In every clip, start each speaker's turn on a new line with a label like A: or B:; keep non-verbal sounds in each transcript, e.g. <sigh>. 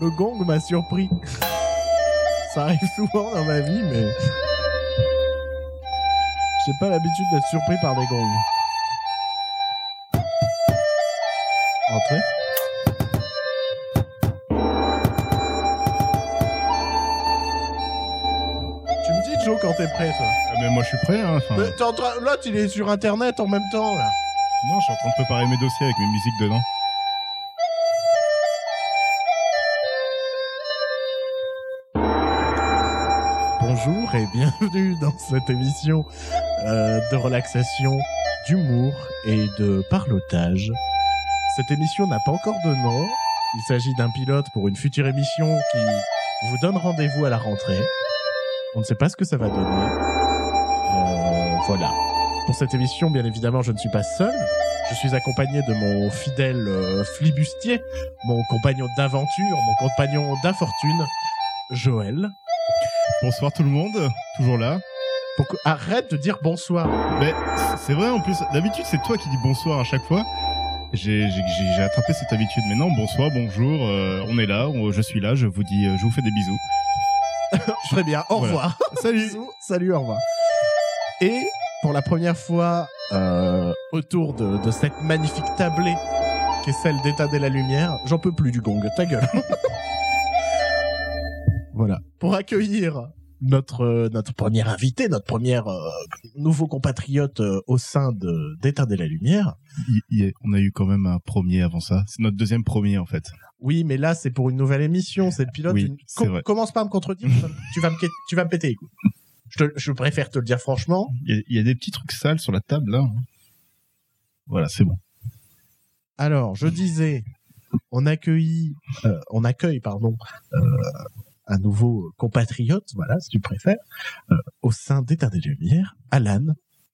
A: Le gong m'a surpris. Ça arrive souvent dans ma vie, mais. J'ai pas l'habitude d'être surpris par des gongs. Entrez. Tu me dis, Joe, quand t'es prêt, toi.
B: Ah, mais moi je suis prêt, hein. enfin,
A: Mais t'es en train- L'autre, il est sur internet en même temps, là.
B: Non, je suis en train de préparer mes dossiers avec mes musiques dedans.
A: Bonjour et bienvenue dans cette émission euh, de relaxation, d'humour et de parlotage. Cette émission n'a pas encore de nom. Il s'agit d'un pilote pour une future émission qui vous donne rendez-vous à la rentrée. On ne sait pas ce que ça va donner. Euh, voilà. Pour cette émission, bien évidemment, je ne suis pas seul. Je suis accompagné de mon fidèle euh, flibustier, mon compagnon d'aventure, mon compagnon d'infortune, Joël.
B: Bonsoir tout le monde, toujours là.
A: Pourquoi- Arrête de dire bonsoir.
B: Mais c- c'est vrai en plus, d'habitude c'est toi qui dis bonsoir à chaque fois. J'ai j'ai- j'ai- j'ai attrapé cette habitude, mais non, bonsoir, bonjour, euh, on est là, on- je suis là, je vous dis, euh, je vous fais des bisous.
A: Très bien, au
B: Voilà.
A: revoir.
B: Salut
A: Bisous, <laughs> salut, au revoir. Et pour la première fois euh, autour de, de cette magnifique tablée qui est celle d'État de la Lumière, j'en peux plus du gong, ta <laughs> gueule. voilà. Pour accueillir notre, euh, notre premier invité, notre premier euh, nouveau compatriote euh, au sein de- d'État de la Lumière,
B: Il- il est- On a eu quand même un premier avant ça, c'est notre deuxième premier en fait.
A: Oui, mais là, c'est pour une nouvelle émission, c'est le pilote.
B: Oui,
A: Une-
B: c'est vrai.
A: Commence pas à me contredire, tu vas me- tu vas me, quai- tu vas me péter les couilles. Je, te- je préfère te le dire franchement.
B: Il y, a, il y a des petits trucs sales sur la table là. hein. Voilà, c'est bon.
A: Alors, je disais, on accueille, euh, on accueille, pardon, euh, un nouveau compatriote, voilà, si tu préfères, euh, au sein d'État des Lumières, Alan.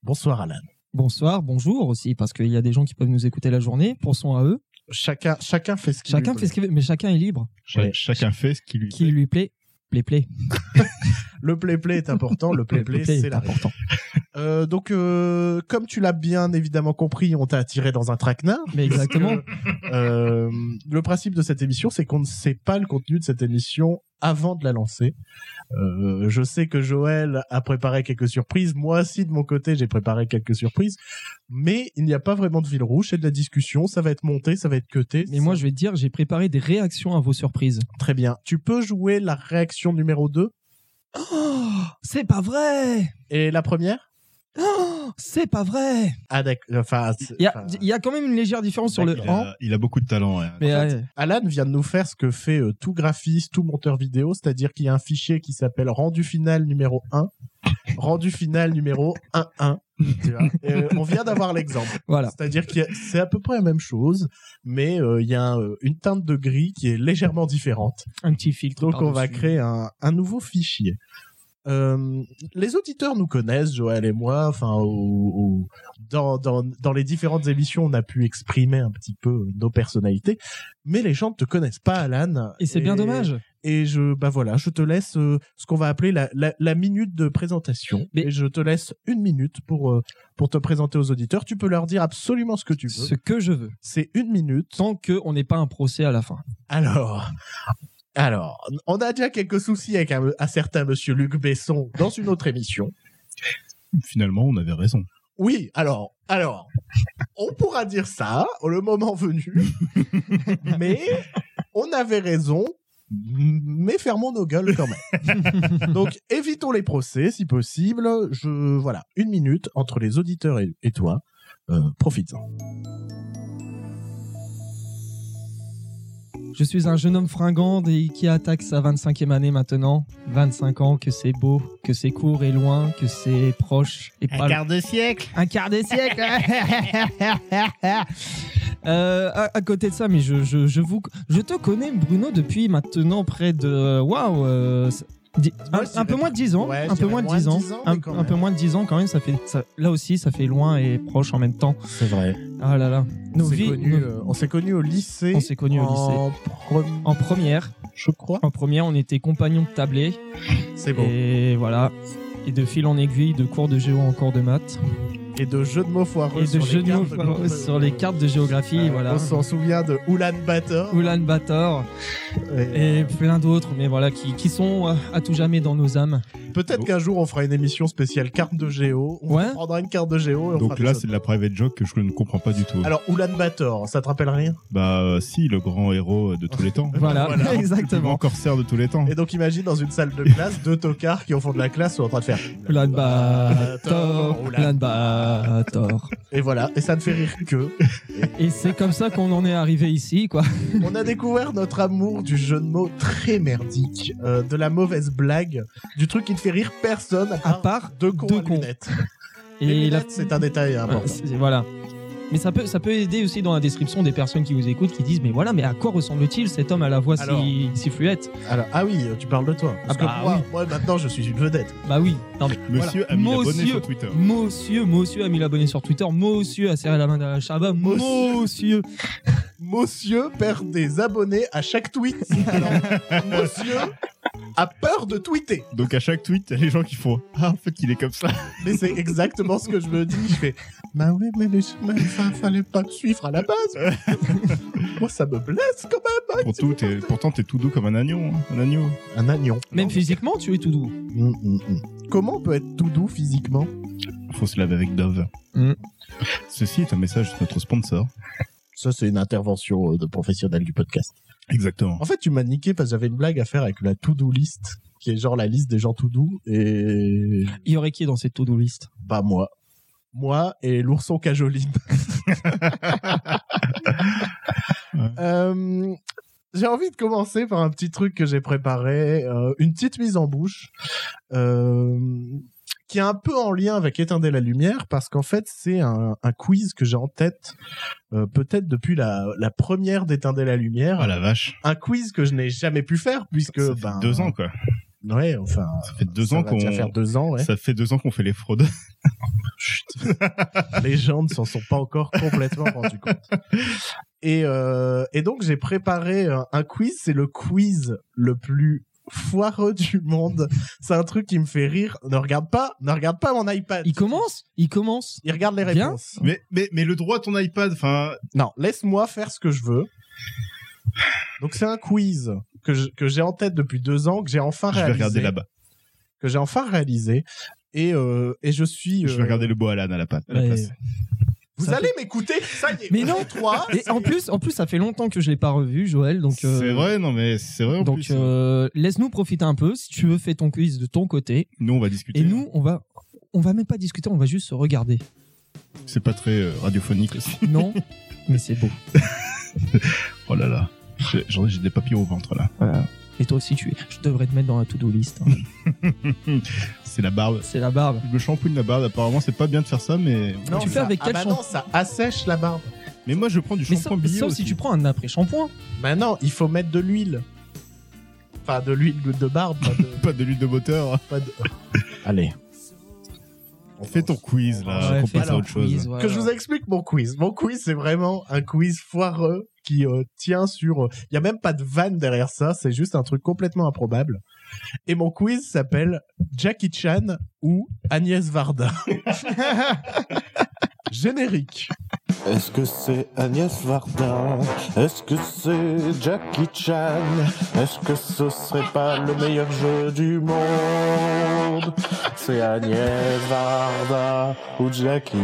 A: Bonsoir, Alan.
C: Bonsoir, bonjour aussi, parce qu'il y a des gens qui peuvent nous écouter la journée, pensons à eux.
A: Chacun, chacun fait ce qu'il
C: Chacun
A: veut.
C: fait ce qu'il veut, mais chacun est libre.
B: Cha-
A: Ouais.
B: Chacun fait ce qui lui
C: Qui lui plaît, plaît, plaît.
A: Le play-play
C: <laughs>
A: est important, le play-play,
C: plaît
A: c'est
C: est
A: la
C: important.
A: Euh, donc, euh, comme tu l'as bien évidemment compris, on t'a attiré dans un traquenard.
C: Mais exactement.
A: Euh, le principe de cette émission, c'est qu'on ne sait pas le contenu de cette émission avant de la lancer. Euh, je sais que Joël a préparé quelques surprises. Moi aussi, de mon côté, j'ai préparé quelques surprises. Mais il n'y a pas vraiment de fil rouge et de la discussion. Ça va être monté, ça va être cuté.
C: Mais moi, je vais te dire, j'ai préparé des réactions à vos surprises.
A: Très bien. Tu peux jouer la réaction numéro 2
C: c'est pas vrai
A: et la première
C: C'est pas vrai
A: Ah, d'accord. Enfin, c'est-
C: Il y, a,
A: enfin,
C: il y a quand même une légère différence sur le
B: Il
C: en.
B: a, il a beaucoup de talent. ouais.
C: Mais
A: en fait,
C: euh,
A: Alan vient de nous faire ce que fait euh, tout graphiste, tout monteur vidéo, c'est-à-dire qu'il y a un fichier qui s'appelle rendu final numéro 1, rendu final numéro 11. tu vois. Euh, on vient d'avoir l'exemple.
C: voilà.
A: C'est-à-dire que c'est à peu près la même chose, mais euh, il y a un, euh, une teinte de gris qui est légèrement différente.
C: Un petit filtre.
A: Donc on va
C: par-dessus.
A: créer un, un nouveau fichier. Euh, les auditeurs nous connaissent, Joël et moi. Enfin, au- au- dans, dans, dans les différentes émissions, on a pu exprimer un petit peu nos personnalités, mais les gens ne te connaissent pas, Alan.
C: Et c'est bien dommage.
A: Et je, bah voilà, je te laisse euh, ce qu'on va appeler la, la, la minute de présentation.
C: Mais-
A: Et je te laisse une minute pour euh, pour te présenter aux auditeurs. Tu peux leur dire absolument ce que tu veux.
C: Ce que je veux.
A: C'est une minute.
C: Tant qu'on n'est pas un procès à la fin.
A: Alors, alors, on a déjà quelques soucis avec un, un certain monsieur Luc Besson dans une autre émission.
B: Finalement, on avait raison.
A: Oui, alors, alors, on pourra dire ça le moment venu, mais on avait raison. Mais fermons nos gueules quand même. Donc évitons les procès si possible. Je voilà une minute entre les auditeurs et, et toi. Euh, Profites-en.
C: Je suis un jeune homme fringant et qui attaque sa 25e année maintenant. 25 ans, que c'est beau, que c'est court et loin, que c'est proche et pas
B: de siècle
C: Un quart des siècles <laughs> Euh, à, à côté de ça, mais je, je, je vous, je te connais, Bruno, depuis maintenant près de. Waouh euh, c'est- dix-
A: Moi,
C: un-
A: je
C: un, peu
A: dirais-
C: moins de 10 ans.
A: ouais, je
C: un peu
A: dirais
C: moins de
A: moins
C: 10
A: de
C: ans.
A: 10 ans, mais
C: un,
A: quand
C: un
A: même.
C: peu moins de 10 ans quand même, ça fait, ça- là aussi, ça fait loin et proche en même temps.
A: C'est vrai.
C: Ah là là.
A: On
C: Nos
A: s'est
C: vies-
A: connus,
C: nos-
A: euh, on s'est connus au lycée.
C: on s'est connus au lycée.
A: En prom-
C: En première,
A: je crois.
C: en première, on était compagnons de tablé.
A: C'est bon.
C: Et voilà. Et de fil en aiguille, de cours de géo en cours de maths.
A: et de jeux de mots foireux
C: et
A: sur
C: de
A: les
C: jeux de mots
A: cartes qu'on
C: foireux
A: peut-
C: sur les cartes de géographie.
A: Euh,
C: voilà.
A: On s'en souvient de Ulan Bator.
C: Ulan Bator.
A: Et,
C: et plein d'autres, mais voilà, qui, qui sont euh, à tout jamais dans nos âmes.
A: euh, Peut-être qu'un jour on fera une émission spéciale carte de géo. On
C: Ouais.
A: prendra une carte de géo et on
B: Donc
A: fera des
B: là,
A: autres.
B: c'est de la private joke que je ne comprends pas du tout.
A: Alors Ulan Bator, ça te rappelle rien
B: Bah euh, si, le grand héros de tous les temps.
C: <laughs> Voilà,
A: Voilà.
B: Le grand
C: exactement.
B: corsaire de tous les temps.
A: Et donc imagine dans une salle de classe deux tocards qui au fond de la classe sont en train de faire
C: Ulan Bator,
A: Bator, Ulan
C: Ulan Bator.
A: et voilà et ça ne fait rire que
C: Et c'est comme ça qu'on en est arrivé ici, quoi.
A: on a découvert notre amour du jeu de mots très merdique euh, de la mauvaise blague du truc qui ne fait rire personne à
C: À
A: part,
C: part
A: Ah, deux cons
C: deux
A: à
C: cons.
A: lunettes les
C: et la
A: lunettes Ah, c'est un détail hein,
C: Ouais,
A: important
C: c'est- voilà. Mais ça peut, ça peut aider aussi dans la description des personnes qui vous écoutent qui disent mais voilà mais à quoi ressemble-t-il cet homme à la voix
A: Alors.
C: si, si fluette
A: alors ah oui tu parles de toi parce
C: Ah
A: que
C: bah
A: moi,
C: oui.
A: moi, maintenant je suis une vedette
C: Bah oui non mais
B: Monsieur
C: voilà.
B: a mis l'abonné
C: Monsieur,
B: sur Twitter.
C: Monsieur, monsieur a mis l'abonné sur Twitter, monsieur a serré la main de la Chabat,
A: Monsieur.
C: monsieur.
A: monsieur perd des abonnés à chaque tweet
C: <laughs>
A: alors monsieur <laughs> a peur de tweeter
B: Donc à chaque tweet, il y a les gens qui font Ah, en fait, il est
A: <laughs>
B: comme ça.
A: Mais c'est exactement ce que je me dis. Je fais, bah oui, mais les chemins, ça fallait pas le suivre à la base.
C: <laughs>
A: Moi, ça me blesse quand même.
B: Pour tout, t'es- pourtant, t'es tout doux comme un agneau. hein, Un agneau.
A: Un agnon.
C: Même physiquement, tu es tout doux.
A: Mm, mm, mm. Comment on peut être tout doux physiquement
B: Faut se laver avec Dove.
C: Mm.
B: Ceci est un message de notre sponsor.
A: Ça, c'est une intervention euh, de professionnel du podcast.
B: Exactement.
A: En fait, tu m'as niqué parce que j'avais une blague à faire avec la to-do list, qui est genre la liste des gens tout doux, et
C: Il y aurait qui dans cette to-do list
A: pas moi. Moi et l'ourson cajoline. <laughs> Euh, j'ai envie de commencer par un petit truc que j'ai préparé, euh, une petite mise en bouche, euh, qui est un peu en lien avec Éteindre la lumière, parce qu'en fait c'est un, un quiz que j'ai en tête, euh, peut-être depuis la, la première d'Éteindre la lumière.
B: Ah la vache.
A: Un quiz que je n'ai jamais pu faire, puisque...
B: Ça fait
A: ben,
B: deux ans, quoi.
A: Ouais, enfin...
B: Ça fait deux
A: ça
B: ans
A: va déjà
B: qu'on.
A: faire deux ans, ouais.
B: Ça fait deux ans qu'on fait
A: <laughs>
B: les fraudes.
A: Chut. les gens ne s'en sont pas encore complètement rendus compte. Et, euh, et donc j'ai préparé un, un quiz, c'est le quiz le plus foireux du monde. C'est un truc qui me fait rire. Ne regarde pas, ne regarde pas mon iPad.
C: Il commence Il commence
A: Il regarde les
C: Bien.
A: réponses.
B: Mais, mais, mais le droit à ton iPad, enfin,
A: Non, laisse-moi faire ce que je veux. Donc c'est un quiz que je- que j'ai en tête depuis deux ans, que j'ai enfin
B: je vais
A: réalisé.
B: regarder là-bas.
A: Que j'ai enfin réalisé. Et, euh, et je suis...
B: Je vais
A: euh,
B: regarder le bois à l'âne à la, pa- à la
C: Ouais.
B: place.
A: Vous
C: Ça
A: allez m'écouter, ça y est.
C: Mais
A: vous
C: non.
A: êtes trois,
C: Et en plus, en plus, ça fait longtemps que je l'ai pas revu, Joël. Donc euh,
B: C'est vrai, non mais c'est vrai en
C: Donc
B: plus.
C: euh, laisse-nous profiter un peu. Si tu veux, fais ton quiz de ton côté.
B: Nous, on va discuter.
C: Et nous, on va, on va même pas discuter, on va juste se regarder.
B: C'est pas très euh, radiophonique aussi. <laughs>
C: Non, mais c'est beau.
B: Oh là là. J'ai- J'en ai, j'ai des papillons au ventre là.
C: Voilà. Et toi aussi, tu es. Je devrais te mettre dans la to-do list. hein.
B: C'est la barbe.
C: C'est la barbe.
B: Je me shampooine la barbe. Apparemment, c'est pas bien de faire ça, mais.
A: Non,
C: Tu fais
A: ça-
C: avec
A: ah
C: quel
A: bah non, ça assèche la barbe.
B: Mais moi, je prends du
C: Mais
B: shampoing
C: sauf,
B: bio.
C: sauf
B: aussi.
C: si tu prends un après-shampoing.
A: Bah non, il faut mettre de l'huile. Enfin, de l'huile de barbe, pas de...
B: Pas de l'huile de moteur.
A: pas de- Allez. On
B: Fais ton quiz là.
C: Ouais,
B: qu'on
C: fais
B: passe à
C: ton
B: autre chose.
C: quiz, <laughs> voilà.
A: Que je vous explique mon quiz. Mon quiz, c'est vraiment un quiz foireux qui euh, tient sur... Il y a même pas de vanne derrière ça, c'est juste un truc complètement improbable. Et mon quiz s'appelle Jackie Chan ou Agnès
B: <laughs>
A: Varda. <laughs> Générique.
D: Est-ce que c'est Agnès Varda Est-ce que c'est Jackie Chan Est-ce que ce serait pas le meilleur jeu du monde C'est Agnès Varda ou Jackie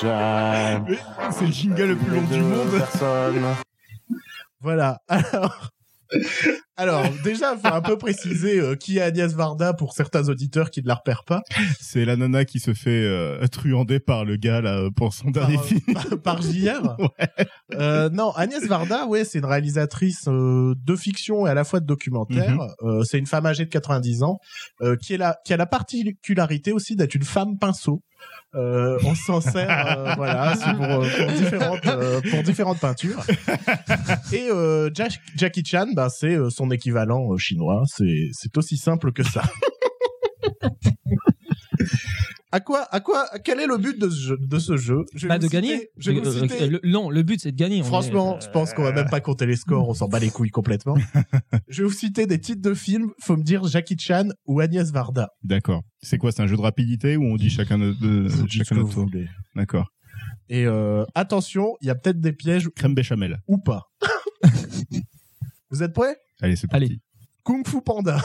D: Chan
B: Mais C'est le jingle le plus long
D: Les
B: du
D: deux
B: monde.
D: personnes.
A: Voilà. <laughs> Alors, alors déjà, faut un peu préciser euh, qui est Agnès Varda pour certains auditeurs qui ne la repèrent pas.
B: C'est la nana qui se fait euh, truander par le gars là euh, pour son
A: Par,
B: dernier
A: euh,
B: film.
A: <laughs> par JR. Euh, non, Agnès Varda, ouais, c'est une réalisatrice euh, de fiction et à la fois de documentaire. Euh, c'est une femme âgée de 90 ans euh, qui, est la, qui a la particularité aussi d'être une femme pinceau. Euh, on s'en sert, euh, voilà, c'est pour, euh, pour différentes, euh, pour différentes peintures. Et euh, Jack- Jackie Chan, ben, c'est euh, son équivalent euh, chinois. C'est c'est aussi simple que ça. À quoi, à quoi, quel est le but de ce jeu, de ce jeu Je vais
C: Bah,
A: vous
C: de
A: citer-
C: gagner.
A: je vais vous
C: Euh,
A: citer-
C: le- non, le but c'est de gagner. on
A: Franchement,
C: est- euh,
A: je pense qu'on va même pas compter les scores, on s'en bat les couilles
C: <laughs>
A: complètement. je vais vous citer des titres de films, faut me dire Jackie Chan ou Agnès Varda.
B: D'accord. C'est quoi C'est un jeu de rapidité où on dit chacun de, de- chacun notre tour D'accord.
A: Et euh, attention, il y a peut-être des pièges
C: <laughs>
B: Crème béchamel.
A: ou pas. vous êtes prêts
B: Allez, c'est parti.
C: Allez.
A: Kung Fu Panda.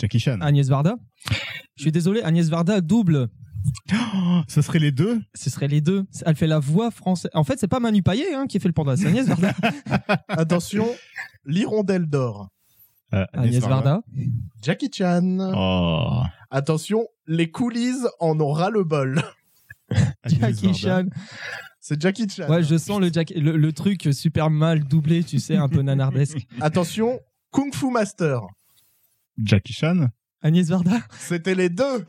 B: Jackie Chan.
C: Agnès Varda. Je suis désolé, Agnès Varda double.
B: Oh,
C: Ah.
B: <gasps> ça serait les deux
C: Ce serait les deux. Elle fait la voix française. En fait, c'est pas Manu Payet hein, qui fait le panda, c'est Agnès Varda.
A: Attention, l'hirondelle d'or.
B: Euh,
C: Agnès Varda.
A: Jackie Chan.
B: Oh.
A: Attention, les coulisses en ont ras le bol. <laughs>
B: Agnès
C: Jackie
B: Varda.
C: Chan.
A: C'est Jackie Chan.
C: Ouais, je sens le, Jack- le, le truc super mal doublé, tu sais, un peu nanardesque.
A: Attention, Kung Fu Master.
B: Jackie Chan
C: Agnès Varda,
A: C'était les deux.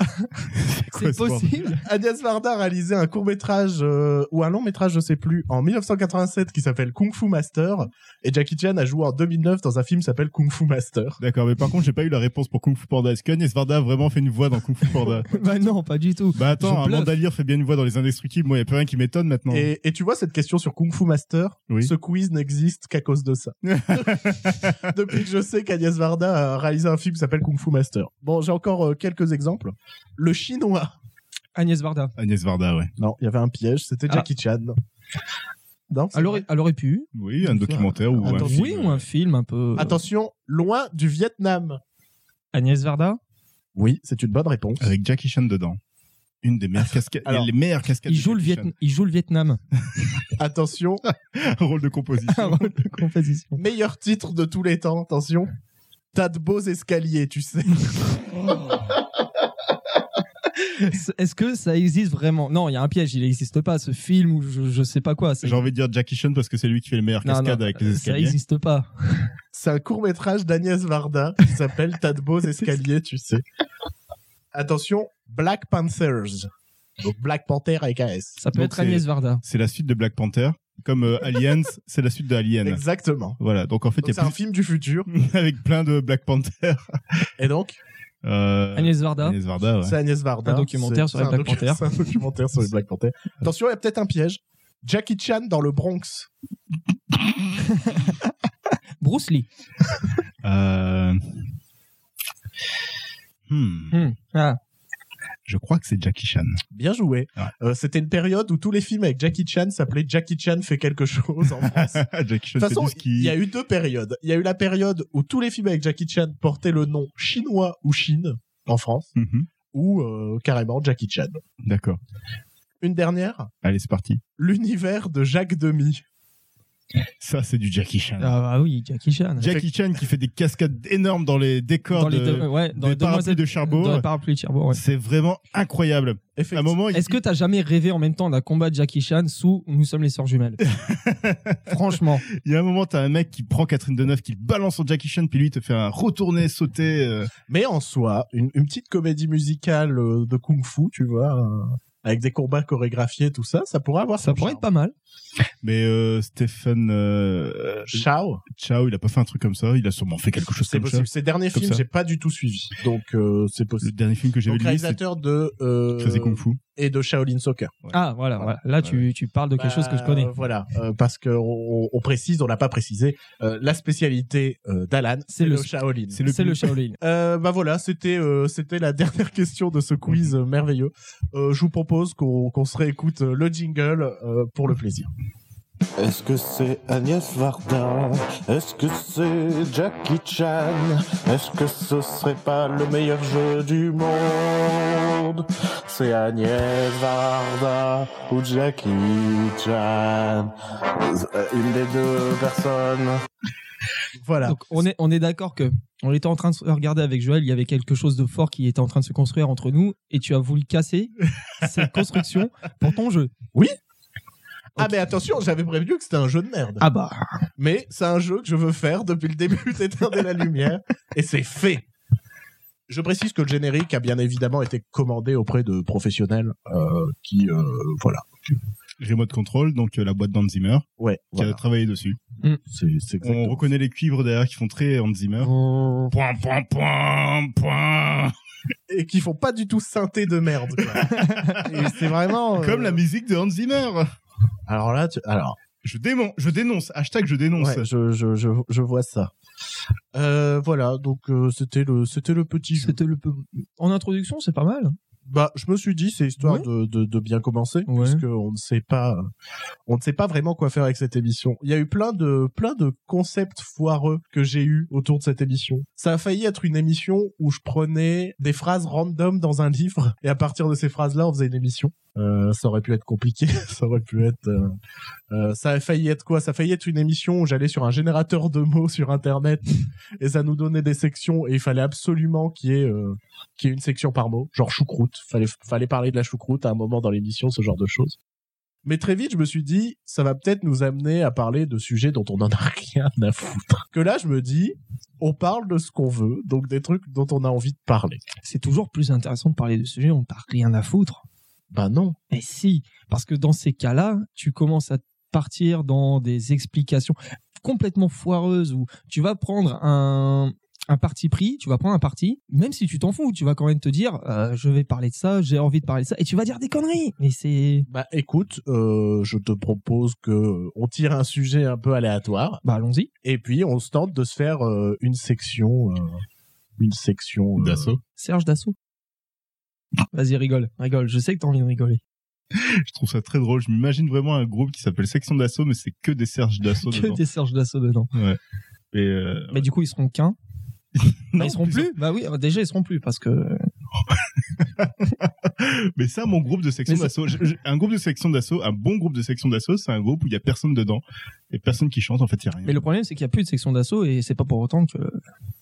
B: quoi
C: c'est
B: ce
A: <laughs>
B: bordel
C: possible
A: Agnès Varda a réalisé un court métrage euh, ou un long métrage, je sais plus, en 1987 qui s'appelle Kung Fu Master. Et Jackie Chan a joué en 2009 dans un film qui s'appelle Kung Fu Master.
B: D'accord, mais par contre, j'ai pas eu la réponse pour Kung Fu Panda. Est-ce qu'Agnès Varda a vraiment fait une voix dans Kung Fu
A: <laughs>
B: Panda
C: Bah non, pas du tout.
B: Bah attends,
C: Je bluffe.
B: Amanda Lear fait bien une voix dans Les Indestructibles. Moi, y a plus rien qui m'étonne maintenant.
A: Et, et tu vois cette question sur Kung Fu Master
B: Oui.
A: Ce quiz n'existe qu'à cause de <laughs> ça. Depuis que je sais qu'Agnès Varda a réalisé un film qui s'appelle Kung Fu Master. Bon, j'ai encore euh, quelques exemples. Le chinois.
C: Agnès Varda.
B: Agnès Varda, ouais.
A: Non, il y avait un piège, c'était
C: Ah.
A: Jackie Chan. Non, c'est
C: Elle aurait,
A: vrai.
C: elle aurait pu.
B: Oui, un documentaire ou un
A: Attends,
B: film.
C: oui, ou un film un
A: euh,
C: peu.
A: Attention, loin du Vietnam.
C: Agnès Varda.
A: Oui, c'est une bonne réponse.
B: Avec Jackie Chan dedans. Une des meilleures cascades.
A: Ah, Alors,
B: les meilleures cascades.
C: Il
B: de
C: joue, le
B: Jackie
C: Vietnam, il joue le Vietnam. <laughs>
A: Attention,
B: Chan. <laughs> Rôle de composition.
C: Rôle de composition.
A: meilleur titre de tous les temps, attention. T'as de beaux escaliers, tu sais.
C: Est-ce que ça existe vraiment Non, il y a un piège, il n'existe pas. Ce film ou je, je sais pas quoi. <laughs> c'est-
B: J'ai envie de dire Jackie Chan parce que c'est lui qui fait les meilleures
C: Non, euh,
B: cascades
C: non,
B: avec les
C: ça
B: escaliers.
C: n'existe pas.
A: C'est un court métrage d'Agnès Varda qui s'appelle T'as de beaux escaliers, tu sais. Attention, Black Panthers. Donc Black Panther avec un S.
C: Ça peut
B: Donc
C: être
B: c'est-
C: Agnès Varda.
B: C'est la suite de Black Panther. Comme euh,
C: <laughs>
B: Aliens, c'est la suite de Alien.
A: Exactement.
B: Voilà, donc en fait,
A: Donc,
B: il y
A: C'est
B: a
A: un film du futur.
B: plus... avec plein de <laughs> Black Panther.
A: Et donc,
B: Euh,
C: Agnès Varda.
B: Agnès Varda, ouais.
A: c'est Agnès Varda.
C: Un documentaire sur
A: C'est-
C: les
A: c'est un
C: Black
A: docu- <laughs>
C: Panthers.
A: C'est un documentaire sur les Black Panthers. Attention, il y a peut-être un piège. Jackie Chan dans le Bronx.
C: Bruce Lee.
B: Euh... Hmm.
C: Hmm. Ah.
B: Je crois que c'est Jackie Chan.
A: Bien joué.
B: Ouais.
A: Euh, C'était une période où tous les films avec Jackie Chan s'appelaient Jackie Chan fait quelque chose en France.
B: <laughs>
A: De
B: <laughs> Jackie Chan
A: toute façon,
B: fait du
A: il
B: ski.
A: y a eu deux périodes. Il y a eu la période où tous les films avec Jackie Chan portaient le nom chinois ou Chine en France,
B: Mhm.
A: ou euh, carrément Jackie Chan.
B: D'accord.
A: Une dernière,
B: Allez, c'est parti.
A: l'univers de Jacques Demy.
B: Ça, c'est du Jackie Chan.
C: Ah bah oui, Jackie Chan.
B: Jackie Chan qui fait des cascades énormes dans les décors
C: Dans les
B: de-
C: deux,
B: euh, des
C: ouais, dans les
B: parapluies
C: demoiselles-
B: de Cherbourg.
C: Dans les parapluies de Cherbourg, ouais.
B: C'est vraiment incroyable. À un
A: Effectivement.
B: moment, il-
C: Est-ce que t'as jamais rêvé en même temps d'un combat de Jackie Chan sous Nous sommes les
B: <laughs>
C: sœurs jumelles Franchement,
B: il y a un moment, t'as un mec qui prend Catherine Deneuve, qui le balance en Jackie Chan, puis lui, il te fait un retourner, sauter. euh,
A: Mais en soi, une, une petite comédie musicale euh, de kung-fu, tu vois, euh, avec des combats chorégraphiés, tout ça, ça pourrait avoir
C: ça pourrait être pas mal.
B: Mais euh, Stephen euh,
A: Ciao,
B: Chow, il a pas fait un truc comme ça. Il a sûrement fait quelque chose
A: c'est
B: comme
A: possible.
B: ça.
A: Ces derniers
B: Comme
A: films,
B: ça.
A: j'ai pas du tout suivi, donc euh, c'est
B: Le
A: possible.
B: dernier film que j'ai vu,
A: Donc
B: de lui, c'est
A: réalisateur de euh,
B: Faisait Kung Fu.
A: et de Shaolin Soccer.
C: Ah voilà, voilà. là tu, tu parles de quelque chose que je connais.
A: Bah, Voilà, euh, parce que on, on précise, on l'a pas précisé, euh, la spécialité euh, d'Alan, c'est le,
C: le-
A: Shaolin.
B: c'est le-
C: C'est le Shaolin.
A: Euh, bah voilà, c'était euh, c'était la <laughs> dernière question de ce quiz euh, merveilleux. Euh, je vous propose qu'on qu'on se réécoute euh, le jingle euh, pour le plaisir.
D: Est-ce que c'est Agnès Varda Est-ce que c'est Jackie Chan Est-ce que ce serait pas le meilleur jeu du monde C'est Agnès Varda ou Jackie Chan Euh, Une des deux personnes.
A: Voilà.
C: Donc on est, on est d'accord que on était en train de se regarder avec Joël, il y avait quelque chose de fort qui était en train de se construire entre nous et tu as voulu
A: <laughs>
C: casser cette construction pour ton jeu.
A: Ah mais attention, j'avais prévenu que c'était un jeu de merde.
C: Ah bah
A: Mais c'est un jeu que je veux faire depuis le début <laughs> d'éteindre la lumière et c'est fait. Je précise que le générique a bien évidemment été commandé auprès de professionnels euh, qui euh, voilà.
B: Remote Control, donc euh, la boîte d'Hans Zimmer,
A: Ouais,
B: qui
C: euh,
B: a
A: voilà.
B: travaillé dessus.
A: c'est c'est
B: On
A: exactement.
B: reconnaît les cuivres derrière qui font très Hans Zimmer. Point, point, point, point.
C: Euh.
A: et qui font pas du tout synthé de merde. quoi. Et c'est vraiment euh,
B: Comme la musique de Hans Zimmer.
A: <laughs> Alors là, tu... alors
B: Je, démon... je dénonce. Hashtag je dénonce.
A: ouais, je, je, je, je vois ça. Euh, voilà, donc euh, c'était le c'était le petit jeu.
C: c'était le peu... En introduction, c'est pas mal.
A: Bah, je me suis dit, c'est histoire
C: Ouais.
A: de, de, de bien commencer,
C: Ouais.
A: parce on ne sait pas, euh, on ne sait pas vraiment quoi faire avec cette émission. Il y a eu plein de, plein de concepts foireux que j'ai eu autour de cette émission. Ça a failli être une émission où je prenais des phrases random dans un livre, et à partir de ces phrases-là, on faisait une émission. Euh, ça aurait pu être compliqué, <laughs> ça aurait pu être, euh, euh, ça a failli être quoi Ça a failli être une émission où j'allais sur un générateur de mots sur Internet et ça nous donnait des sections et il fallait absolument qu'il y ait euh, qu'il y ait une section par mot, genre choucroute. Fallait, fallait parler de la choucroute à un moment dans l'émission, ce genre de choses. Mais très vite, je me suis dit, ça va peut-être nous amener à parler de sujets dont on en a <laughs> rien à foutre. Que là, je me dis, on parle de ce qu'on veut, donc des trucs dont on a envie de parler.
C: C'est toujours plus intéressant de parler de sujets où on t'a rien à foutre.
A: Bah non.
C: Mais Eh si, parce que dans ces cas-là, tu commences à partir dans des explications complètement foireuses où tu vas prendre un, un parti pris, tu vas prendre un parti, même si tu t'en fous, tu vas quand même te dire euh, je vais parler de ça, j'ai envie de parler de ça, et tu vas dire des conneries. Mais c'est.
A: Bah écoute, euh, je te propose que euh, on tire un sujet un peu aléatoire
C: Bah allons-y.
A: et puis on se tente de se faire euh, une section, euh, une section euh,
C: Bah,
B: d'assaut.
C: Serge Dassault. Vas-y, rigole, rigole, je sais que t'as envie de rigoler.
B: Je trouve ça très drôle. Je m'imagine vraiment un groupe qui s'appelle Section d'assaut, mais c'est que des Serge d'assaut.
C: Que
B: dedans.
C: des Serge Dassault dedans.
B: Et, euh,
C: Mais du coup, ils seront qu'un.
B: non,
C: ils seront plus Bah oui, déjà, ils seront plus parce que.
B: Mais ça, mon groupe de section
C: Mais ça-
B: d'assaut, je- je- un groupe de section d'assaut, un bon groupe de section d'assaut, c'est un groupe où il y a personne dedans. Il y a personne qui chante, en fait, il y a rien.
C: Mais le problème, c'est qu'il n'y a plus de section d'assaut et c'est pas pour autant que.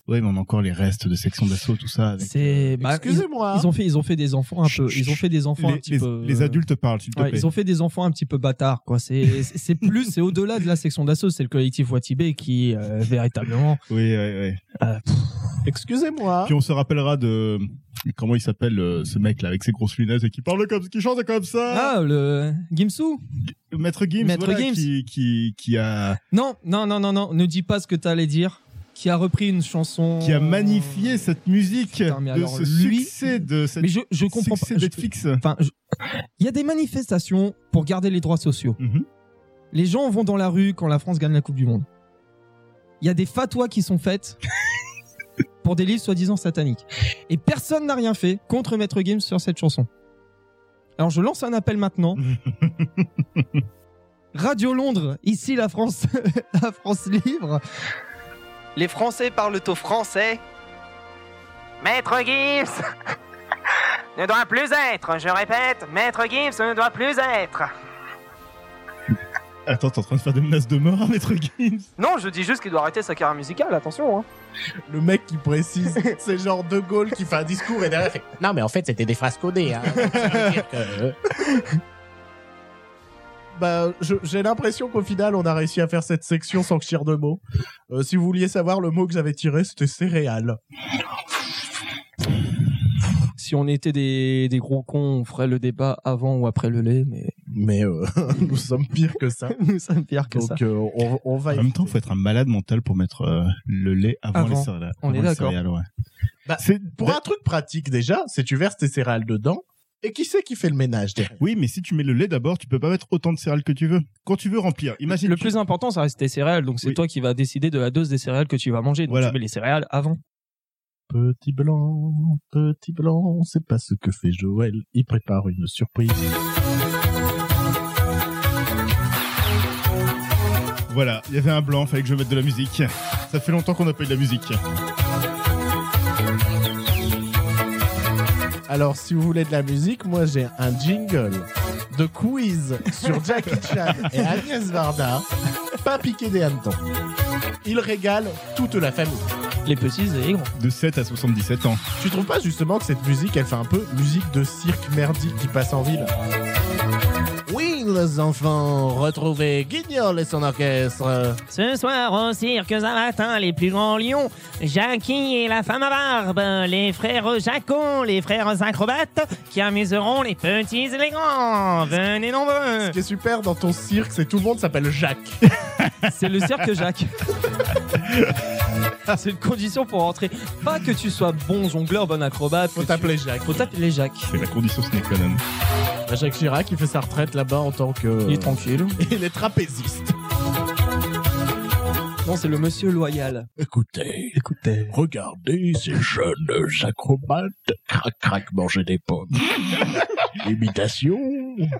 B: Ouais, mais on a encore les restes de section d'assaut, tout ça. avec-
C: C'est. bah, ils-
A: euh, Excusez-moi.
C: Ils ont fait, ils ont fait des enfants un peu.
B: Chut,
C: Ils ont fait des enfants un
B: Les,
C: petit
B: les-
C: peu. euh,
B: les adultes parlent, s'il te
C: Ouais,
B: plaît.
C: ils ont fait des enfants un petit peu bâtards,
B: <laughs>
C: quoi. C'est, c'est c'est plus, c'est au-delà de la section d'assaut, c'est le collectif Watibé qui euh,
B: <laughs>
C: véritablement.
B: Oui, oui, oui.
C: euh, pff,
A: Excusez-moi.
B: Puis on se rappellera de comment il s'appelle euh, ce mec là avec ses grosses lunettes et qui parle comme qui chante comme ça.
C: ah, le Gimsou
B: Maître Gims,
C: Ah. Maître
B: voilà,
C: Gims.
B: qui qui qui a
C: Non, non, non, non, non. Ne dis pas ce que t'allais dire. Qui a repris une chanson
B: qui a magnifié cette musique
C: Oh. Putain, mais
B: de
C: alors,
B: ce
C: lui-
B: succès de cette
C: Mais je, je comprends
B: succès
C: pas. je-
B: Netflix.
C: Enfin, je- il y a des manifestations pour garder les droits sociaux.
B: Mhm.
C: Les gens vont dans la rue quand la France gagne la Coupe du Monde. Il y a des fatwas qui sont <laughs> faites pour des livres soi-disant sataniques. Et personne n'a rien fait contre Maître Games sur cette chanson. Alors je lance un appel <laughs> maintenant. Radio Londres, ici la France, <laughs> la France libre. Les Français parlent au français.
E: Maître Gibbs <laughs> ne doit plus être, je répète, Maître Gibbs ne doit plus être.
B: Attends, t'es en train de faire des menaces de mort, <laughs> à Maître Gims.
E: Non, je dis juste qu'il doit arrêter sa carrière musicale, attention. Hein.
A: Le mec qui précise, c'est genre De Gaulle qui fait un discours et derrière fait
F: Non, mais en fait, c'était des phrases codées. Hein. Ça veut dire que-
A: Bah, je- j'ai l'impression qu'au final, on a réussi à faire cette section sans que je tire de mots. Euh, si vous vouliez savoir, le mot que j'avais tiré, c'était céréales.
C: Si on était des, des gros cons, on ferait le débat avant ou après le lait, mais
A: Mais euh, <laughs> nous sommes pires que ça.
C: <laughs> nous sommes pire que ça.
A: Donc, euh, on, on va.
B: En même temps, faut être un malade mental pour mettre euh, le lait avant,
C: Avant.
B: les céréales.
C: On
B: avant
C: est
B: les
C: d'accord.
B: céréales, ouais.
A: Bah,
B: C'est-
A: Pour un truc pratique déjà, c'est tu verses tes céréales dedans et qui c'est qui fait le ménage derrière
B: Oui, mais si tu mets le lait d'abord, tu peux pas mettre autant de céréales que tu veux. Quand tu veux remplir, imagine.
C: le
B: tu-
C: plus important, ça reste tes céréales. Donc, c'est
B: Oui.
C: toi qui vas décider de la dose des céréales que tu vas manger. Donc,
B: Voilà.
C: tu mets les céréales avant.
A: Petit blanc, petit blanc, c'est pas ce que fait Joël. Il prépare une surprise.
B: Voilà, il y avait un blanc, fallait que je mette de la musique. Ça fait longtemps qu'on n'a pas eu de la musique.
A: Alors, si vous voulez de la musique, moi j'ai un jingle de quiz sur Jackie Chan et Agnès Varda, pas piqué des hannetons. Il régale toute la famille.
C: Les petits et les grands.
B: De 7 à 77 ans.
A: Tu trouves pas justement que cette musique, elle fait un peu musique de cirque merdique qui passe en ville
F: Oui, les enfants, retrouvez Guignol et son orchestre.
E: Ce soir au cirque matin, les plus grands lions, Jackie et la femme à barbe, les frères Jacon, les frères acrobates, qui amuseront les petits et les grands. Venez nombreux.
A: Ce qui est super dans ton cirque, c'est tout le monde s'appelle Jacques.
C: <laughs> C'est le cirque Jacques. <laughs> c'est une condition pour rentrer. Pas que tu sois bon jongleur, bon acrobate.
A: Faut
C: que tu-
A: t'appeler Jacques.
C: Faut t'appeler Jacques.
B: C'est la condition sine qua non.
A: Jacques Chirac, il fait sa <laughs> retraite là-bas en tant que.
C: Il est tranquille.
A: Il est trapéziste.
C: Non, c'est le monsieur loyal.
F: Écoutez,
C: Écoutez.
F: regardez ces jeunes acrobates crac-crac manger des
A: <laughs>
F: pommes. Imitation.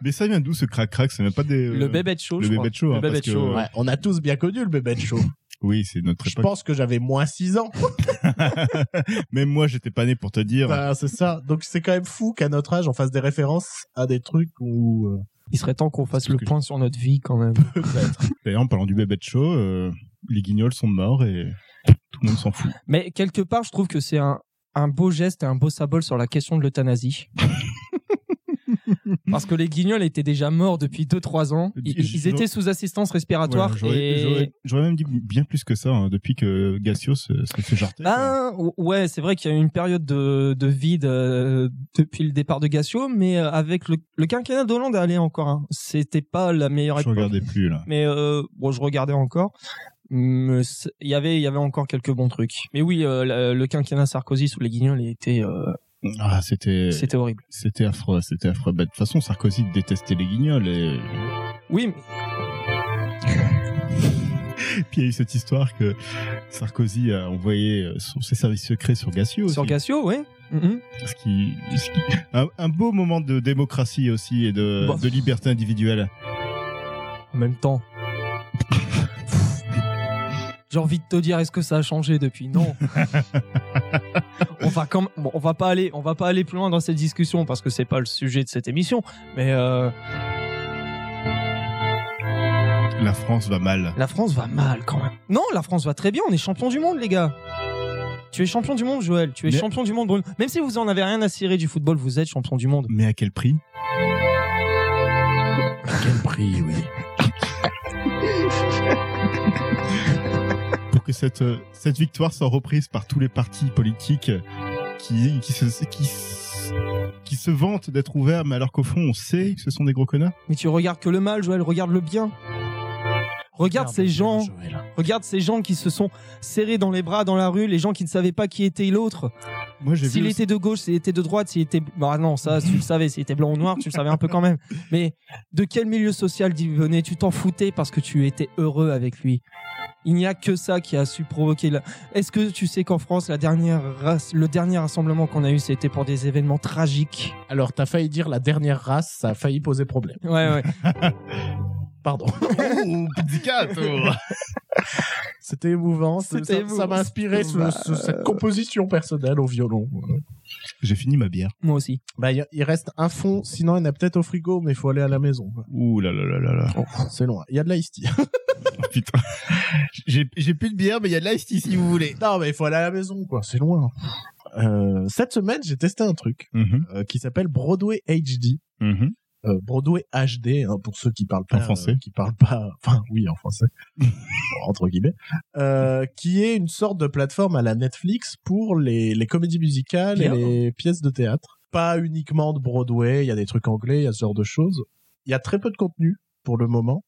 B: Mais ça vient d'où ce crac-crac C'est même pas des. euh,
C: Le bébé de show,
B: Oh. le
C: je crois.
B: bébé de show,
C: Le
B: hein,
C: bébé
B: parce
C: de
B: que-
C: show,
A: Ouais, on a tous bien connu le bébé de show.
B: euh, Oui, c'est notre
A: Je
B: époque.
A: pense que j'avais moins 6 ans.
B: Même moi, j'étais pas né pour te dire.
A: Bah, c'est ça. Donc c'est quand même fou qu'à notre âge, on fasse des références à des trucs où... euh,
C: Il serait temps qu'on fasse
B: Parce
C: le
B: que-
C: point sur notre vie quand même.
B: D'ailleurs, en parlant du bébé de show, euh, les guignols sont morts et tout le monde s'en fout.
C: <laughs> Mais quelque part, je trouve que c'est un, un beau geste et un beau symbole sur la question de
B: <laughs>
C: l'euthanasie. Parce que les guignols étaient déjà morts depuis 2-3 ans. Ils, ils étaient sous assistance respiratoire.
B: Ouais, j'aurais-
C: et...
B: j'aurais- J'aurais même dit bien plus que ça hein, depuis que Gassios se se fait jarter. quoi.
C: Ah ou- ouais, c'est vrai qu'il y a eu une période de, de vide euh, depuis le départ de Gassio, mais euh, avec le, le quinquennat d'Hollande, allez encore, hein. c'était pas la meilleure
B: je
C: époque.
B: regardais plus là.
C: Mais euh, bon, je regardais encore. Mais c'est- Il y avait, il y avait encore quelques bons trucs. Mais oui, euh, la- le, quinquennat Sarkozy sous les guignols il était, euh,
B: Ah, c'était
C: c'était horrible.
B: c'était affreux, c'était affreux. Bah, de toute façon, Sarkozy détestait les guignols et
C: Oui, mais
B: <laughs> Puis il y a eu cette histoire que Sarkozy a envoyé euh, son- ses services secrets sur Gassiot.
C: sur
B: aussi.
C: Gassio, oui. Mhm.
B: Ce qui, ce qui- un, un beau moment de démocratie aussi et de,
C: Bon.
B: de liberté individuelle.
C: En même temps. <laughs> J'ai envie de te dire, est-ce que ça a changé depuis <laughs> Non. on va quand même- bon, on va pas aller, on va pas aller plus loin dans cette discussion parce que c'est pas le sujet de cette émission. Mais euh,
B: La France va mal.
C: la France va mal quand même. Non, la France va très bien. On est champion du monde, les gars. Tu es champion du monde, Joël. Tu es
B: Mais-
C: champion du monde, Bruno. Même si vous en avez rien à cirer du football, vous êtes champion du monde.
B: Mais à quel prix
F: Quel prix, oui.
B: Pour que cette, euh, cette victoire soit reprise par tous les partis politiques qui, qui, se, qui, s- qui se vantent d'être ouverts, mais alors qu'au fond, on sait que ce sont des gros connards.
C: Mais tu regardes que le mal, Joël. Regarde le bien. Regarde ces gens. Regarde ces gens qui se sont serrés dans les bras dans la rue, les gens qui ne savaient pas qui était l'autre.
B: Moi, j'ai
C: S'il
B: vu.
C: était de gauche, s'il était de droite, s'il était. Bah non, ça, tu le savais, s'il était blanc ou noir, tu le savais un peu
A: <laughs>
C: quand même. Mais de quel milieu social il venait Tu t'en foutais parce que tu étais heureux avec lui. Il n'y a que ça qui a su provoquer. La... Est-ce que tu sais qu'en France, la dernière race- le dernier rassemblement qu'on a eu, c'était pour des événements tragiques
A: Alors t'as failli dire la dernière race, ça a failli poser problème.
C: Ouais,
A: <laughs>
C: ouais.
F: <laughs>
A: Pardon.
B: Oh, pizzicato
A: C'était émouvant. ça-
C: C'était
A: ça-
C: émouvant.
A: Ça m'a inspiré ce-
C: Bah,
A: ce- cette composition personnelle au violon.
B: J'ai fini ma bière.
C: Moi aussi.
A: Bah, il il reste un fond, sinon il y en a peut-être au frigo, mais il faut aller à la maison. quoi.
B: Ouh là là là là
C: <laughs>
B: là.
A: C'est loin. Il y a de l'ice tea.
B: Putain. <laughs> J'ai j'ai plus de bière, mais il y a de l'ice tea, si vous voulez.
A: non, mais il faut aller à la maison, quoi. C'est loin. Euh, cette semaine, j'ai testé un truc
B: Mhm,
A: euh, qui s'appelle Broadway HD. Euh, Broadway HD, hein, pour ceux qui parlent pas
B: En français.
A: euh, qui parlent pas, <laughs> enfin oui en
B: <laughs>
A: français, Bon, entre guillemets, euh, qui est une sorte de plateforme à la Netflix pour les, les comédies musicales
C: Bien.
A: et les pièces de théâtre. Pas uniquement de Broadway, il y a des trucs anglais, il y a ce genre de choses. Il y a très peu de contenu pour le moment.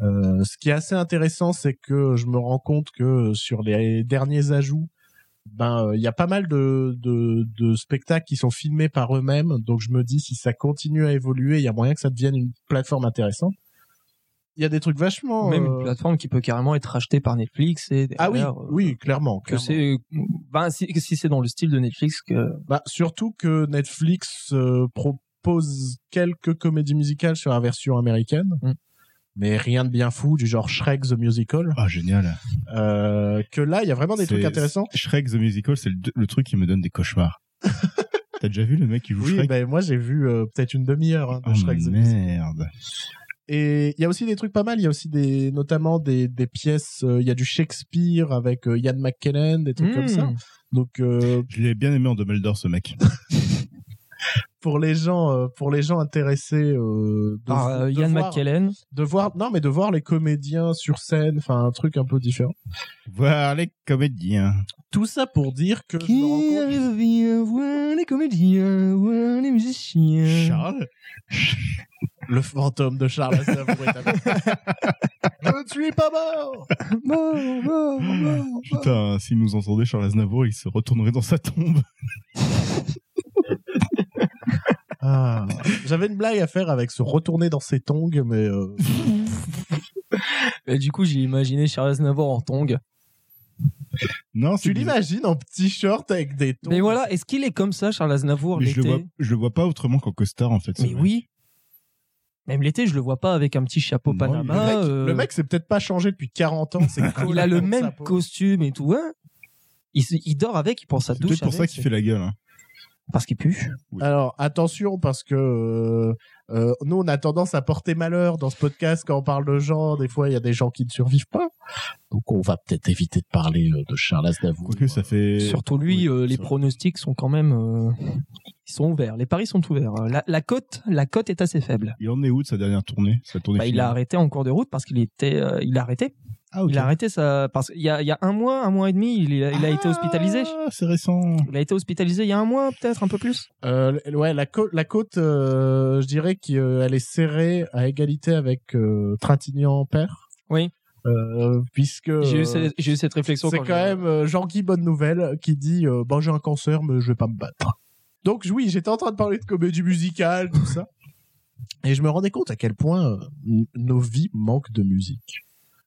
A: Euh, ce qui est assez intéressant, c'est que je me rends compte que euh, sur les derniers ajouts, ben euh, il y a pas mal de, de, de spectacles qui sont filmés par eux-mêmes. Donc je me dis si ça continue à évoluer, il y a moyen que ça devienne une plateforme intéressante. Il y a des trucs vachement.
C: Même
A: euh,
C: une plateforme qui peut carrément être rachetée par Netflix. Et
A: Ah oui,
C: derrière, euh,
A: oui, clairement.
C: Que
A: clairement.
C: c'est. Ben, si, si c'est dans le style de Netflix que.
A: Bah, surtout que Netflix euh, propose quelques comédies musicales sur la version américaine,
C: Mm.
A: mais rien de bien fou, du genre Shrek the Musical.
B: Ah, génial.
A: Euh, que là, il y a vraiment des
B: C'est-
A: trucs intéressants.
B: Shrek the Musical, c'est le, le truc qui me donne
A: <laughs>
B: des cauchemars. T'as déjà vu le mec qui joue
A: Oui,
B: Shrek
A: ben, moi j'ai vu euh, peut-être une demi-heure hein, de
B: Oh,
A: Shrek the Musical.
B: merde.
A: Et il y a aussi des trucs pas mal. Il y a aussi des, notamment des, des pièces. euh, Il y a du Shakespeare avec euh, Ian McKellen, des trucs comme ça.
C: Hmm.
A: Donc euh,
B: Je l'ai bien aimé en Dumbledore, ce mec.
A: pour les gens, euh, pour les gens intéressés, euh, de,
C: Par euh,
A: de
C: Ian
A: voir,
C: McKellen.
A: de voir, non mais de voir les comédiens sur scène, enfin un truc un peu différent.
B: Voir les comédiens.
A: Tout ça pour dire que je me rends
C: Qui
A: compte-
C: arrive bien, voir les comédiens, voir les
A: Euh.
C: musiciens.
B: Charles
A: le fantôme de Charles Aznavour est avec nous.
C: <laughs>
A: Je ne suis pas mort.
C: Bah, Mort, mort, mort.
B: Putain, s'il nous entendait, Charles Aznavour, il se retournerait dans sa tombe. <laughs>
A: Ah. J'avais une blague à faire avec se retourner dans ses tongs, mais euh,
C: <laughs> Et du coup, j'ai imaginé Charles Aznavour en tongue.
B: Non, c'est
A: Tu
B: bizarre.
A: l'imagines en petit short avec des tons.
C: Mais voilà, est-ce qu'il est comme ça, Charles Aznavour,
B: Mais je
C: l'été
B: le vois, je le vois pas autrement qu'en costard en fait. ce
C: Mais
B: mec.
C: oui. Même l'été, je le vois pas avec un petit chapeau
B: Non,
A: Oh, Le
C: Panama.
A: mec,
C: euh,
A: le mec, c'est peut-être pas changé depuis 40 ans. C'est
C: <laughs> il a le même costume et tout. hein. il, se- il dort avec, il prend sa
B: C'est
C: douche.
B: peut-être pour ça
C: avec,
B: qu'il fait la gueule. hein.
C: Parce qu'il pue.
A: Alors attention parce que euh, euh, nous on a tendance à porter malheur dans ce podcast quand on parle de gens. Des fois il y a des gens qui ne survivent pas. Donc on va peut-être éviter de parler euh, de Charles Aznavour.
B: Quoique ça fait.
C: Surtout
B: Oui,
C: lui, euh, les
B: c'est vrai.
C: pronostics sont quand même. euh, ils sont ouverts. Les paris sont ouverts. Euh, La, la cote, la cote est assez faible.
B: Il en est où de sa dernière tournée, sa tournée
C: Bah, il a
B: finale
C: arrêté en cours de route parce qu'il était, euh, il a arrêté.
B: Ah, ok.
C: Il a arrêté ça parce qu'il y a, il y a un mois, un mois et demi, il, a- il a été hospitalisé.
B: Ah, c'est récent.
C: Il a été hospitalisé il y a un mois, peut-être un peu plus.
A: Euh, l- ouais la côte, la côte, euh, je dirais qu'elle est serrée à égalité avec euh, Trintignant père.
C: Oui.
A: Euh, puisque
C: J'ai eu,
A: euh,
C: cette- j'ai eu cette réflexion.
A: c'est quand,
C: j'ai-
A: même euh, Jean-Guy Bonne Nouvelle qui dit euh, bon j'ai un cancer mais je vais pas me battre. Donc oui j'étais en train de parler de comédie musicale tout ça et je me rendais compte à quel point euh, n- nos vies manquent de musique,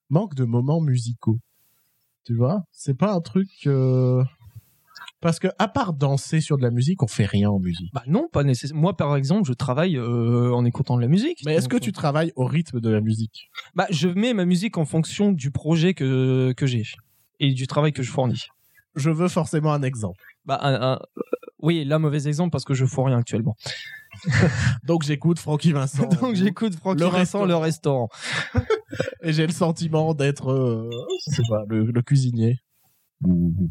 A: manquent de moments musicaux. Tu vois c'est pas un truc euh, parce que à part danser sur de la musique on fait rien en musique.
C: Bah non, pas nécessaire. Moi, par exemple, je travaille euh, en écoutant de la musique.
A: Mais est-ce que
C: Donc,
A: tu travailles au rythme de la musique
C: Bah, je mets ma musique en fonction du projet que, que j'ai et du travail que je fournis.
A: Je veux forcément un exemple.
C: Bah, un- un- euh, oui, là, mauvais exemple parce que je fous rien actuellement.
A: Donc j'écoute Francky Vincent
C: <laughs> Donc, j'écoute Francky
A: Le
C: Vincent, le restaurant.
A: et j'ai le sentiment d'être euh, je sais pas, le, le cuisinier ou Mhm.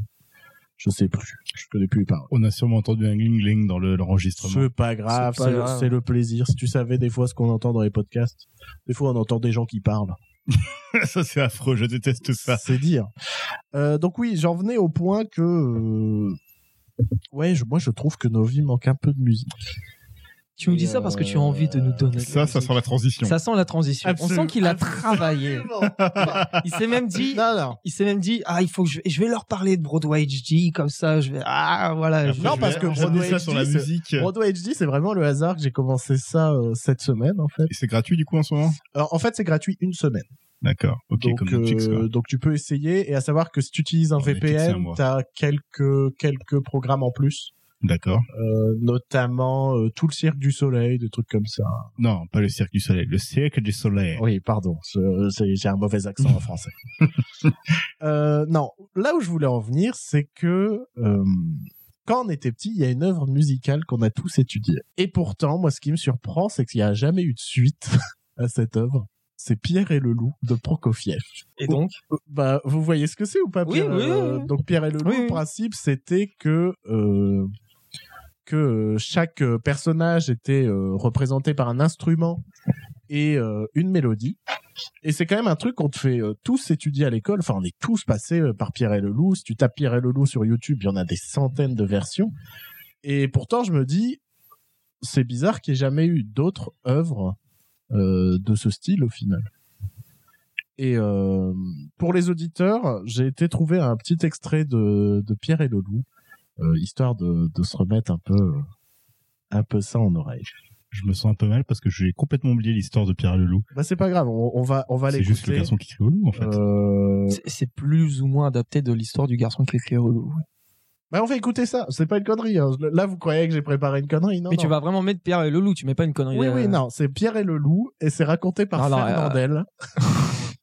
A: je sais plus je connais plus les paroles
B: On a sûrement entendu un gling-gling dans le- l'enregistrement.
A: c'est pas grave,
C: C'est
A: c'est
C: pas
A: le,
C: grave.
A: c'est le plaisir. Si tu savais des fois ce qu'on entend dans les podcasts, des fois on entend des gens qui parlent.
B: <laughs> ça, c'est affreux. Je déteste ça.
A: C'est dire. Euh, donc oui, j'en venais au point que, euh, ouais, je- moi je trouve que nos vies manquent un peu de musique.
C: Tu nous dis ça parce que tu as envie de nous donner. de la
B: Ça, ça
C: musique.
B: sent la transition.
C: Ça sent la transition.
A: Absolument.
C: On sent qu'il a travaillé. Il s'est même
A: <laughs>
C: dit,
A: non, non.
C: il s'est même dit, ah, il faut que je, je vais leur parler de Broadway HD comme ça. Je vais, ah, voilà. je-
A: Non, parce que
B: j'en
A: Broadway
B: ça sur la
A: dit, c'est-
B: musique.
A: Broadway HD, c'est vraiment le hasard que j'ai commencé ça euh, cette semaine en fait.
B: Et c'est gratuit du coup en ce moment
A: Alors, en fait, c'est gratuit une semaine.
B: D'accord. Ok,
A: donc,
B: comme Netflix quoi.
A: euh, donc tu peux essayer et à savoir que si tu utilises un
B: Oh, Netflix, c'est un
A: VPN,
B: mois.
A: tu as quelques quelques programmes en plus,
B: D'accord.
A: euh, notamment euh, tout le cirque du soleil, des trucs comme ça.
B: Non, pas le cirque du soleil. Le cirque du soleil.
A: Oui, pardon, je- c'est- j'ai un mauvais accent en français. <laughs> Euh, non, là où je voulais en venir, c'est que euh, quand on était petit, il y a une œuvre musicale qu'on a tous étudiée. Et pourtant, moi, ce qui me surprend, c'est qu'il n'y a jamais eu de suite <laughs> à cette œuvre. C'est Pierre et le loup de Prokofiev.
C: Et donc,
A: Bah, vous voyez ce que c'est ou pas
C: Oui,
A: Pierre
C: oui,
A: euh,
C: oui.
A: Donc Pierre et le loup,
C: Oui, oui.
A: le principe, c'était que euh, que euh, chaque euh, personnage était euh, représenté par un instrument et euh, une mélodie. Et c'est quand même un truc qu'on te fait euh, tous étudier à l'école. Enfin, on est tous passés euh, par Pierre et le loup. Si tu tapes Pierre et le loup sur YouTube, il y en a des centaines de versions. Et pourtant, je me dis, c'est bizarre qu'il n'y ait jamais eu d'autres œuvres euh, de ce style au final. Et euh, pour les auditeurs, j'ai été trouver un petit extrait de, de Pierre et le loup, euh, histoire de, de se remettre un peu, euh, un peu ça en oreille.
B: Je me sens un peu mal parce que j'ai complètement oublié l'histoire de Pierre et le loup.
A: Bah, c'est pas grave, on, on va, on va
B: C'est juste le
A: l'écouter.
B: garçon qui crie au loup en fait.
A: Euh,
C: c'est- c'est plus ou moins adapté de l'histoire du garçon qui écrit au loup.
A: bah, on va écouter ça, c'est pas une connerie. hein. Là, vous croyez que j'ai préparé une connerie, non
C: Mais tu
A: non.
C: vas vraiment mettre Pierre et le loup, tu mets pas une connerie.
A: Oui,
C: euh,
A: oui, non, c'est Pierre et le loup, et c'est raconté par
C: Non,
A: <laughs>
C: non,
A: Fernandel.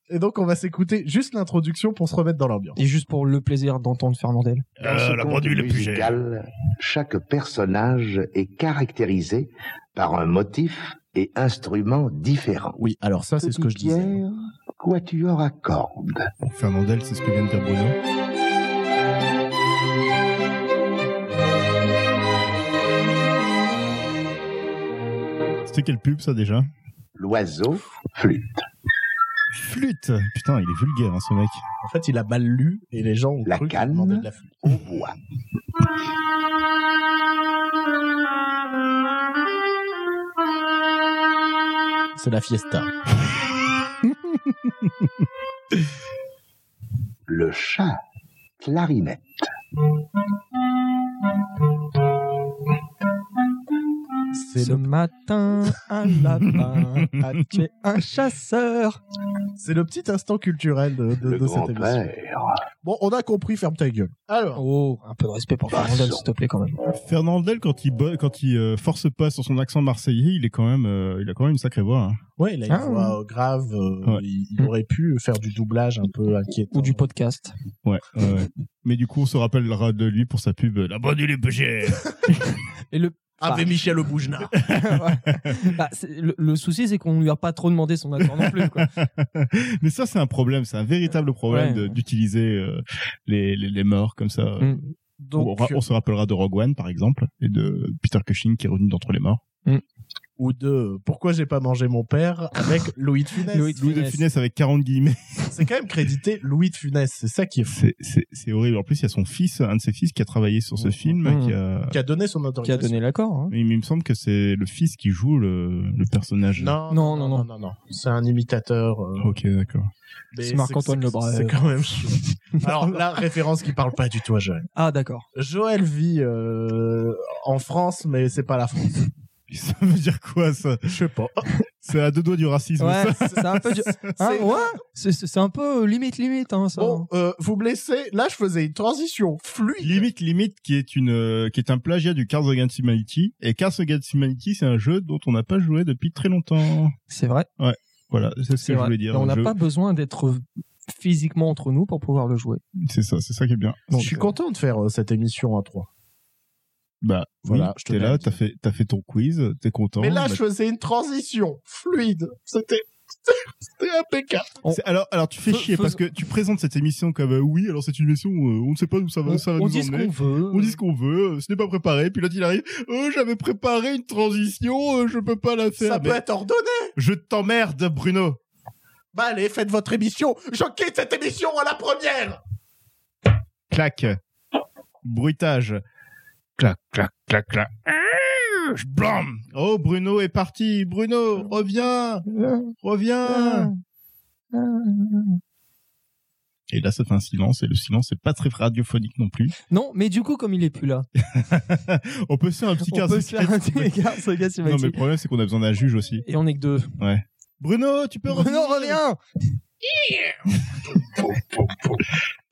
A: et donc, on va s'écouter juste l'introduction pour se remettre dans l'ambiance.
C: Et juste pour le plaisir d'entendre Fernandel.
B: Euh,
G: Dans
A: euh,
G: ce conte musical, chaque personnage est caractérisé par un motif et instrument différent.
A: Oui, alors ça, c'est ce que je
G: Pierre,
A: disais. hein.
G: quatuor à cordes.
B: Bon, Fernandel, c'est ce que vient de dire Bruno. C'était quelle pub ça déjà
G: L'oiseau, flûte.
B: Flûte Putain, il est vulgaire hein, ce mec.
A: En fait, il a mal lu, et les gens ont
G: La
A: cru qu'il
G: canne.
A: demandait de la flûte.
G: au bois.
A: C'est la fiesta.
G: Le chat, clarinette.
A: C'est <laughs>
C: Ce matin, à la fin, a tué un chasseur.
A: C'est le petit instant culturel de, de-
G: le
A: de cette
G: grand
A: émission.
G: père.
A: Bon, on a compris, ferme ta gueule. Alors,
C: Oh, un peu de respect pour Fernandel, s'il te plaît, quand même.
B: Fernandel, quand il, bo- quand il euh, force pas sur son accent marseillais, il est quand même, euh, il a quand même une sacrée voix. hein.
A: ouais, il a une
C: Ah,
A: voix euh, grave. euh,
B: Ouais.
A: Il, il aurait pu faire du doublage un peu inquiétant.
C: Ou
A: <laughs>
C: du podcast.
B: Ouais. ouais, ouais. Mais du coup, on se rappellera de lui pour sa pub. euh, La bonne nuit, les peu chers.
C: Et le,
A: Avec Ah, Michel <laughs> Auboujna.
C: bah, c'est- le, le souci, c'est qu'on lui a pas trop demandé son accord non plus. Quoi.
B: Mais ça, c'est un problème. C'est un véritable problème
C: Ouais.
B: de- d'utiliser euh, les, les, les morts comme ça.
C: Mm.
B: on,
A: Donc,
B: ra- on se rappellera de Rogue One, par exemple, et de Peter Cushing qui est revenu d'entre les morts.
A: ou de Pourquoi j'ai pas mangé mon père avec Louis de Funès.
C: Louis de
B: Louis de
C: Funès.
B: Funès avec 40 guillemets. <laughs>
A: C'est quand même crédité Louis de Funès. C'est ça qui est fou.
B: C'est- C'est c'est horrible. En plus, il y a son fils, un de ses fils, qui a travaillé sur ce film.
C: Mm.
B: Qui a...
A: Qui a donné son autorisation.
C: Qui a donné l'accord. hein.
B: Mais Il me semble que c'est le fils qui joue le, le personnage.
A: Non,
C: Non,
A: non, non,
C: non,
A: non,
C: non.
A: non, C'est un imitateur. euh,
B: Ok, d'accord. <laughs>
A: mais
C: C'est Marc-Antoine Lebras.
A: C'est quand même <laughs> chaud. Alors, la référence qui parle pas du tout à Joël.
C: Ah, d'accord.
A: Joël vit euh, en France, mais c'est pas la France. Euh,
B: Ça veut dire quoi, ça
A: Je sais pas.
B: C'est à deux doigts du racisme,
C: Ouais,
B: ça
C: c'est un
B: <laughs>
C: peu, du- hein,
A: C'est-
C: ouais, c'est- c'est c'est un peu euh, limite limite hein, ça.
A: Bon, euh, vous me laissez. Là, je faisais une transition fluide.
B: Limite, limite, qui est une, euh, qui est un plagiat du Cards Against Humanity. Et Cards Against Humanity, c'est un jeu dont on n'a pas joué depuis très longtemps.
C: C'est vrai.
B: Voilà, c'est ce
C: c'est
B: que je
C: vrai.
B: voulais dire.
C: Mais on
B: un
C: n'a
B: jeu.
C: pas besoin d'être physiquement entre nous pour pouvoir le jouer.
B: C'est ça, c'est ça qui est bien.
A: je suis content de faire euh, cette émission à trois.
B: Bah,
A: Voilà,
B: voilà,
A: je te
B: t'es
A: l'ai
B: là,
A: dit.
B: t'as fait, t'as fait ton quiz, t'es content.
A: mais là,
B: Bah,
A: je faisais une transition fluide. C'était, c'était impeccable.
B: c'est- alors, alors, tu fais
C: Fais-
B: chier
C: fais-
B: parce que tu présentes cette émission comme euh, oui, alors c'est une émission, où, euh, on ne sait pas d'où ça va,
C: on
B: ça va
C: on
B: nous
C: dit ce
B: emmener.
C: qu'on veut.
B: On dit ce qu'on veut, euh, ce n'est pas préparé, puis l'autre il arrive, euh, j'avais préparé une transition, euh, je peux pas la faire.
A: Ça
B: Mais
A: peut être ordonné.
B: Je t'emmerde, Bruno.
A: Bah allez, faites votre émission. Je quitte cette émission à la première.
B: clac, bruitage, clac, clac, clac, clac, Arrgh, blam. Oh, Bruno est parti. Bruno, reviens, reviens. Et là, ça fait un silence, et le silence n'est pas très radiophonique non plus.
C: Non, mais du coup comme il est plus là,
B: On peut se faire un petit
C: on
B: quart
C: peut
B: de
C: se faire un petit
B: silence.
C: regard sur Gas
B: Non,
C: Imagine.
B: mais le problème, c'est qu'on a besoin d'un juge aussi.
C: Et on est que deux.
B: Bruno, tu peux
C: <laughs> Non,
B: revenir
C: reviens.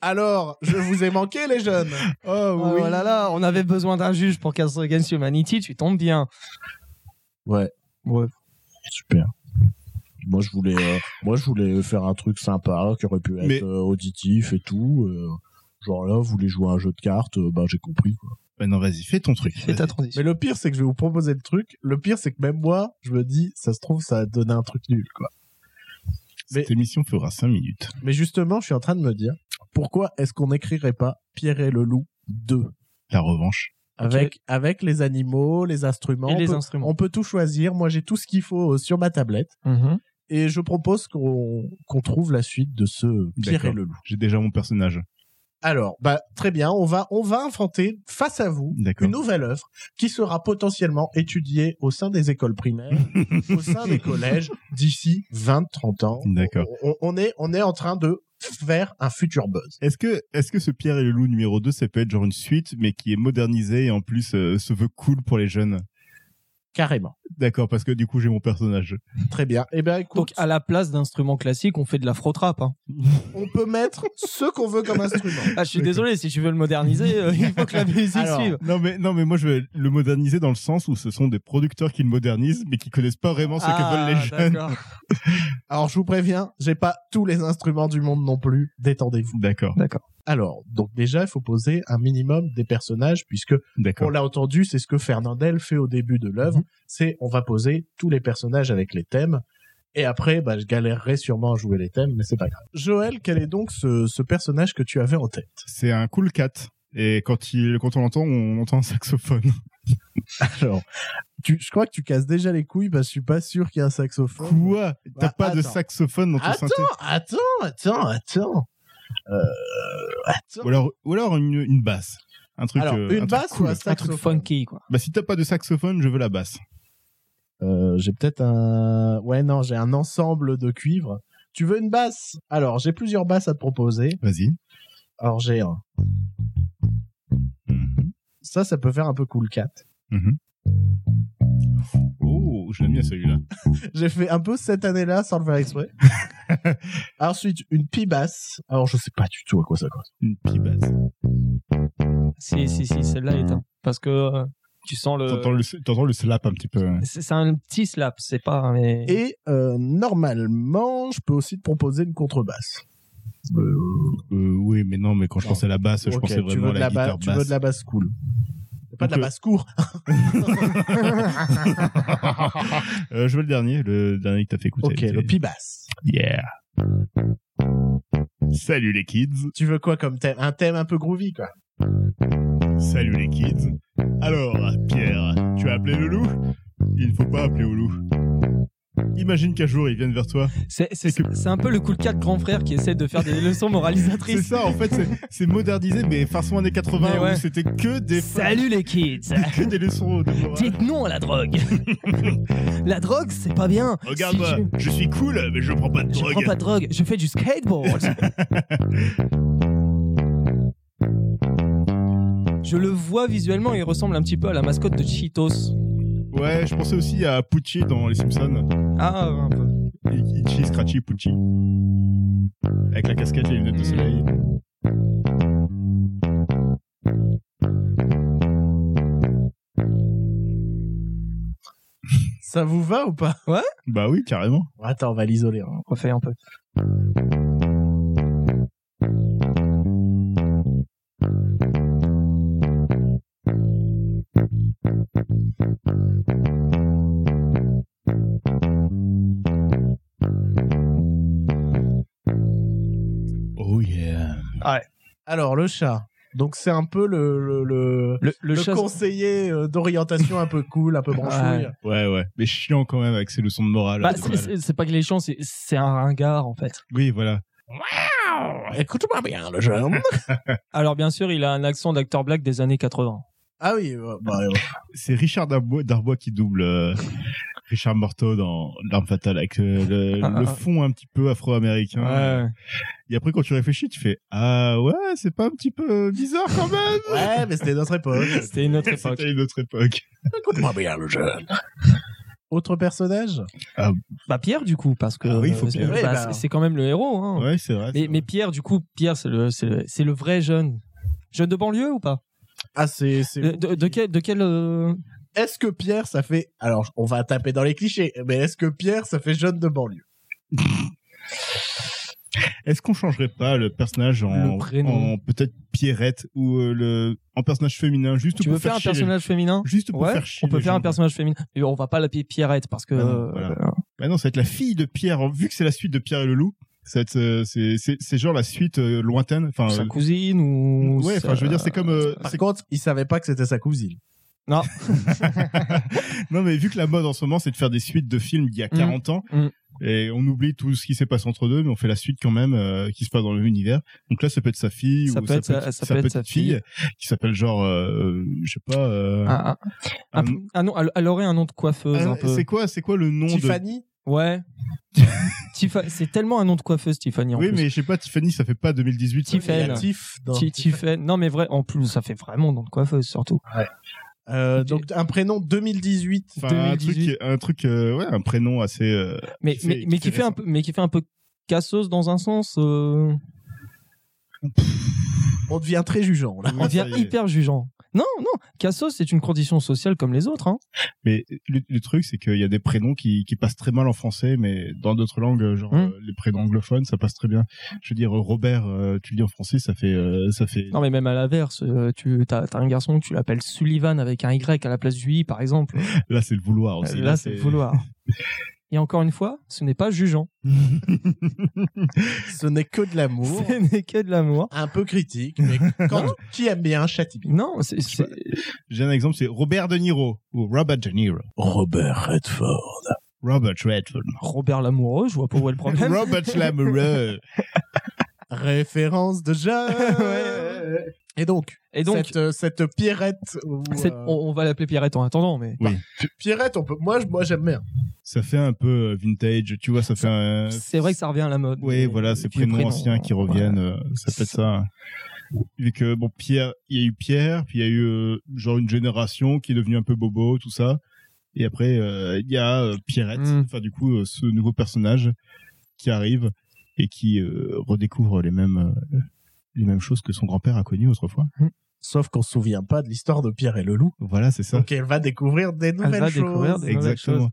A: Alors, je vous ai manqué, les <laughs> jeunes. Ah
B: Oh,
C: Oh
B: oui.
C: là là, on avait besoin d'un juge pour Cast Against Humanity, tu tombes bien.
A: Super. Moi je voulais, euh, moi je voulais faire un truc sympa qui aurait pu être
B: Mais-
A: euh, auditif et tout. euh, genre là, vous voulez jouer à un jeu de cartes, euh, bah j'ai compris. quoi.
B: Bah non, vas-y, fais ton truc.
C: Fais ta transition.
A: Mais le pire c'est que je vais vous proposer le truc. Le pire c'est que même moi, je me dis, ça se trouve ça a donné un truc nul quoi.
B: Cette émission fera 5 minutes.
A: Mais justement, je suis en train de me dire, pourquoi est-ce qu'on n'écrirait pas Pierre et le loup 2
B: La revanche.
A: avec avec les animaux, les instruments.
C: Et
A: on
C: les
A: peut-
C: instruments.
A: On peut tout choisir. Moi j'ai tout ce qu'il faut euh, sur ma tablette.
C: Mhm.
A: Et je propose qu'on qu'on trouve la suite de ce Pierre et
B: D'accord.
A: le loup.
B: J'ai déjà mon personnage.
A: Alors, bah, très bien, on va, on va inventer face à vous
B: D'accord.
A: une nouvelle œuvre qui sera potentiellement étudiée au sein des écoles primaires, au sein des collèges d'ici 20-30 ans.
B: D'accord.
A: On, on est, on est en train de faire un futur buzz.
B: Est-ce que, est-ce que ce Pierre et le Loup numéro 2, ça peut être genre une suite, mais qui est modernisée et en plus euh, se veut cool pour les jeunes
A: Carrément.
B: D'accord, parce que du coup j'ai mon personnage.
A: Très bien. Eh bien, écoute,
C: Donc à la place d'instruments classiques, on fait de la frotrap. Hein.
A: on peut mettre ce qu'on veut comme instrument.
C: Ah, je suis désolé, si tu veux le moderniser, euh, il faut que la musique
A: Alors,
C: suive.
B: Non mais, non mais moi je vais le moderniser dans le sens où ce sont des producteurs qui le modernisent, mais qui connaissent pas vraiment ce
C: Ah,
B: que veulent les jeunes.
C: <laughs> d'accord.
A: Alors, je vous préviens, j'ai pas tous les instruments du monde non plus. Détendez-vous.
B: D'accord,
A: Alors, donc déjà, il faut poser un minimum des personnages puisque On
B: d'accord.
A: l'a entendu, c'est ce que Fernandel fait au début de
C: Mhm.
A: l'œuvre. C'est on va poser tous les personnages avec les thèmes. Et après, bah, je galérerai sûrement à jouer les thèmes, mais c'est pas grave. Joël, quel est donc ce, ce personnage que tu avais en tête
B: C'est un cool cat. Et quand, il, quand on l'entend, on entend un saxophone.
A: Alors, tu, je crois que tu casses déjà les couilles parce que je suis pas sûr qu'il y a un saxophone.
B: Quoi T'as
A: Bah,
B: pas de
A: attends.
B: saxophone dans ton
A: Attends,
B: synthé
A: attends, attends, attends. Euh, attends.
B: Ou alors, ou alors une, une basse. Un truc.
A: Alors,
B: euh,
A: une
B: un truc
A: basse
B: cool.
A: ou un
C: Un truc
A: saxophone
C: funky, quoi.
B: Bah si t'as pas de saxophone, je veux la basse.
A: Euh, J'ai peut-être un. Ouais, non, j'ai un ensemble de cuivre. Tu veux une basse Alors, j'ai plusieurs basses à te proposer.
B: Vas-y.
A: Alors, j'ai un.
B: Mhm.
A: Ça, ça peut faire un peu cool cat.
B: Oh, je l'aime bien celui-là. <laughs>
A: J'ai fait un peu cette année-là sans le faire exprès. Ensuite, une pibasse. Alors, je sais pas du tout à quoi ça correspond.
B: Une pibasse.
C: Si, si, si, celle-là est un. Parce que euh, tu sens le.
B: T'entends le, t'entends le slap un petit peu. hein.
C: C'est c'est un petit slap, c'est pas. Mais...
A: Et euh, normalement, je peux aussi te proposer une contrebasse. Euh,
B: Euh, oui, mais non, mais quand je
A: Non.
B: pensais à la basse, je
A: ok,
B: pensais
A: tu
B: vraiment
A: veux
B: à
A: de
B: la,
A: la, ba-
B: guitare
A: tu
B: basse.
A: veux de la basse cool. Pas de la
B: Donc,
A: basse cour.
B: <laughs> Euh, je veux le dernier, le dernier que t'as fait écouter.
A: Ok, le pibasse.
B: Yeah. Salut les kids.
A: Tu veux quoi comme thème Un thème un peu groovy, quoi.
B: Salut les kids. Alors, Pierre, tu as appelé le loup Il ne faut pas appeler au loup. Imagine qu'un jour ils viennent vers toi.
C: C'est c'est- c'est un peu le cool 4 grand frère qui essaie de faire des leçons
B: C'est
C: <laughs> moralisatrices.
B: ça, en fait, c'est- c'est modernisé, mais façon années 80
C: Mais ouais.
B: où c'était que des
C: Salut les kids
B: <laughs> que des leçons de morale.
C: Dites non à la <laughs> drogue La drogue, c'est pas bien
B: Regarde-moi,
C: Si
B: je suis cool, mais je prends pas de
C: je- je
B: drogue.
C: prends pas de drogue, je fais du <laughs> skateboard Je le vois visuellement, il ressemble un petit peu à la mascotte de Cheetos.
B: Ouais, je pensais aussi à Pucci dans Les Simpsons.
C: Ah, un peu.
B: Itchy, Scratchy, Pucci. Avec la casquette et les lunettes de soleil.
A: Ça vous va ou pas
B: Bah oui, carrément.
A: Attends, on va l'isoler. hein.
C: refait un peu.
B: Oh yeah.
A: Alors, le chat. Donc, c'est un peu le, le, le,
C: Le, le
A: le
C: chat-
A: conseiller euh, d'orientation un peu cool, un <laughs> peu branchouille.
B: Ouais, ouais. Mais chiant quand même avec ses leçons de morale.
C: Bah,
B: C'est
C: c'est-
B: mal.
C: c'est c'est pas que les chants, c'est- c'est un ringard en fait.
B: Oui, voilà.
A: Écoute-moi bien, le jeune.
C: Alors bien sûr, il a un accent d'acteur black des années 80.
A: ah oui, euh, bah, euh,
B: C'est Richard Darbois, Darbois qui double euh, <laughs> Richard Morteau dans L'Arme Fatale avec euh, le, le
C: <laughs>
B: fond un petit peu afro-américain. Et après, quand tu réfléchis, tu fais Ah ouais, c'est pas un petit peu bizarre quand
C: <laughs>
B: même
A: ouais, mais c'était notre époque.
C: C'était
B: <laughs>
C: une autre époque.
B: C'était une autre époque.
A: <laughs> Écoute-moi bien, le jeune. Autre personnage
C: Bah Pierre du coup, parce que
B: Ah oui, il faut
C: euh, c'est-
B: Pierre.
C: bah,
A: Ouais, bah.
C: c'est- c'est quand même le héros. Hein.
B: Ouais, c'est vrai.
C: mais, mais Pierre du coup, Pierre c'est le, c'est le, c'est le vrai jeune. Jeune de banlieue ou pas
A: Ah, c'est. c'est-
C: de, de- de quel, de quel euh,
A: Est-ce que Pierre, ça fait. Alors, on va taper dans les clichés, mais est-ce que Pierre, ça fait jeune de banlieue
B: Est-ce qu'on changerait pas le personnage en,
C: Le prénom.
B: en peut-être Pierrette ou euh, le en personnage féminin juste
C: Tu
B: pour
C: veux faire un
B: chier les-
C: personnage féminin
B: juste pour
C: Ouais,
B: faire chier
C: on peut
B: les
C: faire
B: gens.
C: un personnage féminin. Et on va pas l'appeler Pierrette parce que
B: Ah non,
C: euh,
B: voilà. Bah non, ça va être la fille de Pierre vu que c'est la suite de Pierre et le loup. ça va être, euh, C'est c'est- c'est genre la suite euh, lointaine enfin
C: sa
B: euh,
C: cousine ou
B: Ouais,
C: sa-
B: enfin je veux dire c'est comme euh,
A: Par
B: c'est-
A: contre, il savait pas que c'était sa cousine.
B: non mais vu que la mode en ce moment c'est de faire des suites de films d'il y a 40 ans
C: Mm.
B: et on oublie tout ce qui s'est passé entre deux mais on fait la suite quand même euh, qui se passe dans le même univers. Donc là ça peut être sa fille
C: Ça
B: ou
C: peut être sa- ça peut être sa
B: petite qui s'appelle genre euh, je sais pas euh,
C: un- un- un-
B: un-
C: ah non, elle, elle aurait un nom de coiffeuse
B: Ah,
C: un peu.
B: C'est quoi, c'est quoi le nom
A: Tiffany
B: <laughs>
C: Ouais. Tifa- c'est tellement un nom de coiffeuse Tiffany
B: de
C: en
B: Oui,
C: plus.
B: mais je sais pas, Tiffany, ça fait pas 2018.
C: Tiffany.
A: Il y a Tiff dans-
C: Ti- Tiffany. Non mais vrai, en plus ça fait vraiment nom de coiffeuse surtout.
B: Ah,
A: Euh, donc, un prénom 2018.
B: Enfin, un truc,
C: 2018.
B: un truc, euh, ouais, un prénom assez. euh,
C: Mais
B: Qui fait-
C: mais,
B: qui
C: mais
B: fait
C: qui fait un
B: récent.
C: peu mais qui fait un peu cassos dans un sens euh,
A: On devient très jugeant, là.
C: on
B: oui, ça
C: devient
B: y est.
C: hyper jugeant. Non non, cassos c'est une condition sociale comme les autres hein.
B: Mais le, le truc, c'est qu'il y a des prénoms qui, qui passent très mal en français, mais dans d'autres langues, genre
C: Hum.
B: euh, les prénoms anglophones, ça passe très bien. Je veux dire, Robert, euh, tu le dis en français, ça fait, euh, ça fait.
C: Non mais même à l'inverse, euh, tu t'as as un garçon tu l'appelles Sullivan avec un y à la place du i par exemple.
B: Ah, Là, c'est le vouloir aussi.
C: Là c'est le vouloir. Et encore une fois, ce n'est pas jugeant,
A: Ce n'est que de l'amour.
C: <laughs> ce n'est que de l'amour.
A: Un peu critique, mais quand, qui aime bien, châtie bien.
C: Non, c'est c'est-
B: J'ai un exemple, c'est Robert De Niro ou Robert De Niro,
A: Robert Redford.
B: Robert Redford,
C: Robert l'amoureux, je vois pas où est le problème.
B: Robert Lamoureux.
A: Référence de
C: <laughs>
A: Jean.
C: Ouais.
A: Et donc,
C: Et donc,
A: cette, euh, cette Pierrette. ou,
C: cette-
A: euh,
C: on, on va l'appeler Pierrette en attendant, mais
A: Pi- Pierrette, on peut. Moi, je- moi, j'aime bien.
B: ça fait un peu euh, vintage, tu vois, ça fait un.
C: c'est vrai que ça revient à la mode.
B: euh, Oui, voilà, ces
C: Euh, vieux hein,
B: prénoms anciens qui reviennent, euh, ça peut être ça. Vu que, bon, Pierre, il y a eu Pierre, puis il y a eu, euh, genre, une génération qui est devenue un peu bobo, tout ça. Et après, euh, il y a euh, Pierrette,
C: Mm.
B: enfin, du coup, euh, ce nouveau personnage qui arrive, et qui euh, redécouvre les mêmes, euh, les mêmes choses que son grand-père a connues autrefois.
A: Sauf qu'on se souvient pas de l'histoire de Pierre et le loup.
B: Voilà, c'est ça.
A: <laughs> Donc elle va découvrir des nouvelles
C: va
A: choses.
C: découvrir des- nouvelles
B: Exactement.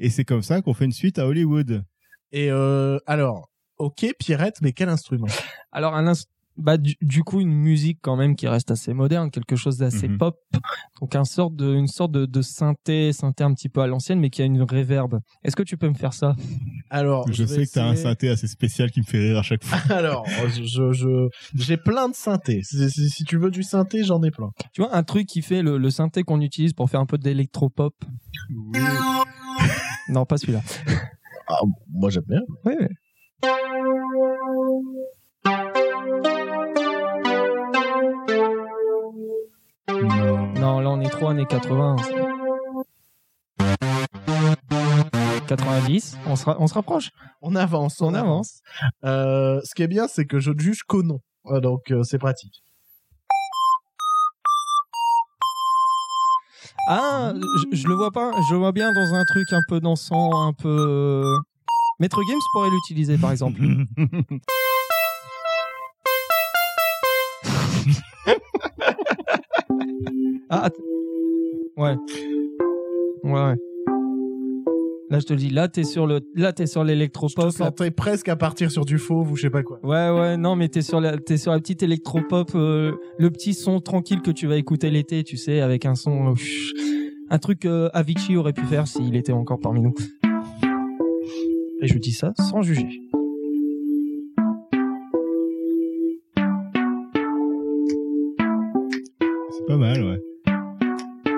B: Et c'est comme ça qu'on fait une suite à Hollywood.
A: Et euh, alors, ok, Pierrette, mais quel instrument
C: Alors, un inst- bah, du, du coup, une musique quand même qui reste assez moderne, quelque chose d'assez
B: Mhm.
C: pop. Donc, un sorte de, une sorte de, de synthé, synthé un petit peu à l'ancienne, mais qui a une réverbe. Est-ce que tu peux me faire ça
A: Alors,
B: je
A: vais
B: sais que t'as un
A: essayer-
B: synthé assez spécial qui me fait rire à chaque fois.
A: Alors, je je- j'ai plein de synthés. Si, si- si tu veux du synthé, j'en ai plein.
C: Tu vois, un truc qui fait le, le synthé qu'on utilise pour faire un peu d'électropop. non, pas celui-là.
A: Ah, moi j'aime bien.
C: Ouais, ouais. Non, là on est trop années 80. ça. 90, on se, ra- on se rapproche,
A: On avance,
C: on avance.
A: Euh, ce qui est bien, c'est que je ne juge qu'au nom. Euh, Donc euh, c'est pratique. Hein
C: Ah, je, je le vois pas, je le vois bien dans un truc un peu dansant, un peu. euh, Maître Games pourrait l'utiliser
A: <laughs>
C: par exemple. Ah, att- ouais. Ouais, ouais. Là, je te le dis, là, t'es sur le, là, t'es sur
A: Je te
C: l'électropop. là.
A: sentais presque à partir sur du faux ou je sais pas quoi.
C: Ouais, ouais, non, mais t'es sur la, t'es sur la petite électropop, euh, le petit son tranquille que tu vas écouter l'été, tu sais, avec un son, euh, chut. un truc euh, Avicii aurait pu faire s'il était encore parmi nous. Et je dis ça sans juger.
B: <laughs> C'est pas mal, ouais.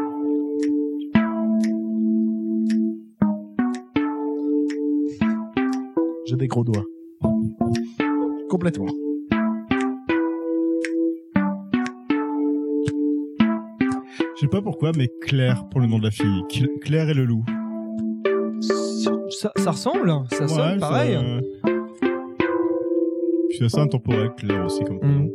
A: J'ai des gros doigts. Complètement.
B: Je sais pas pourquoi, mais Claire, pour le nom de la fille. Cl- Claire et le loup.
C: Ça, ça ressemble, hein, ça
B: Ouais,
C: sonne pareil. hein.
B: ça- Puis c'est assez intemporel, Claire aussi, comme
C: Mm.
B: prénom.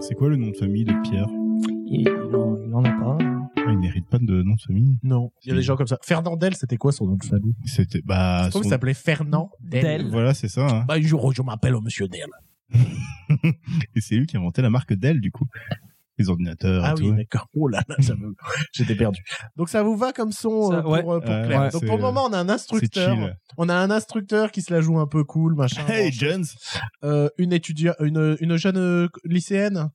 B: C'est quoi le nom de famille de Pierre
C: Il, il en, il en a pas.
B: Ah, Il n'hérite pas de nom de famille.
A: Non, il y a des gens comme ça. Fernandel, c'était quoi son nom de famille
B: C'était. Bah.
A: Je trouve
B: son-
A: qu'il s'appelait Fernand Ah, Del.
C: Del.
B: Voilà, c'est ça. hein.
A: Bah, jour, je m'appelle Monsieur Del.
B: Et c'est lui qui a inventé la marque Dell, du coup. Les ordinateurs
A: Ah
B: et
A: oui,
B: tout.
A: d'accord. Oh là là, ça <laughs> me- j'étais perdu. Donc ça vous va comme son
C: Ça,
A: euh, pour,
C: ouais.
A: euh, pour
B: Ouais,
A: Claire.
B: ouais,
A: Donc
B: c'est-
A: pour le moment, on a un
B: C'est
A: instructeur.
B: chill.
A: On a un instructeur qui se la joue un peu cool, machin.
B: Hey, Jones
A: Euh, une étudiante, une, une jeune euh, lycéenne.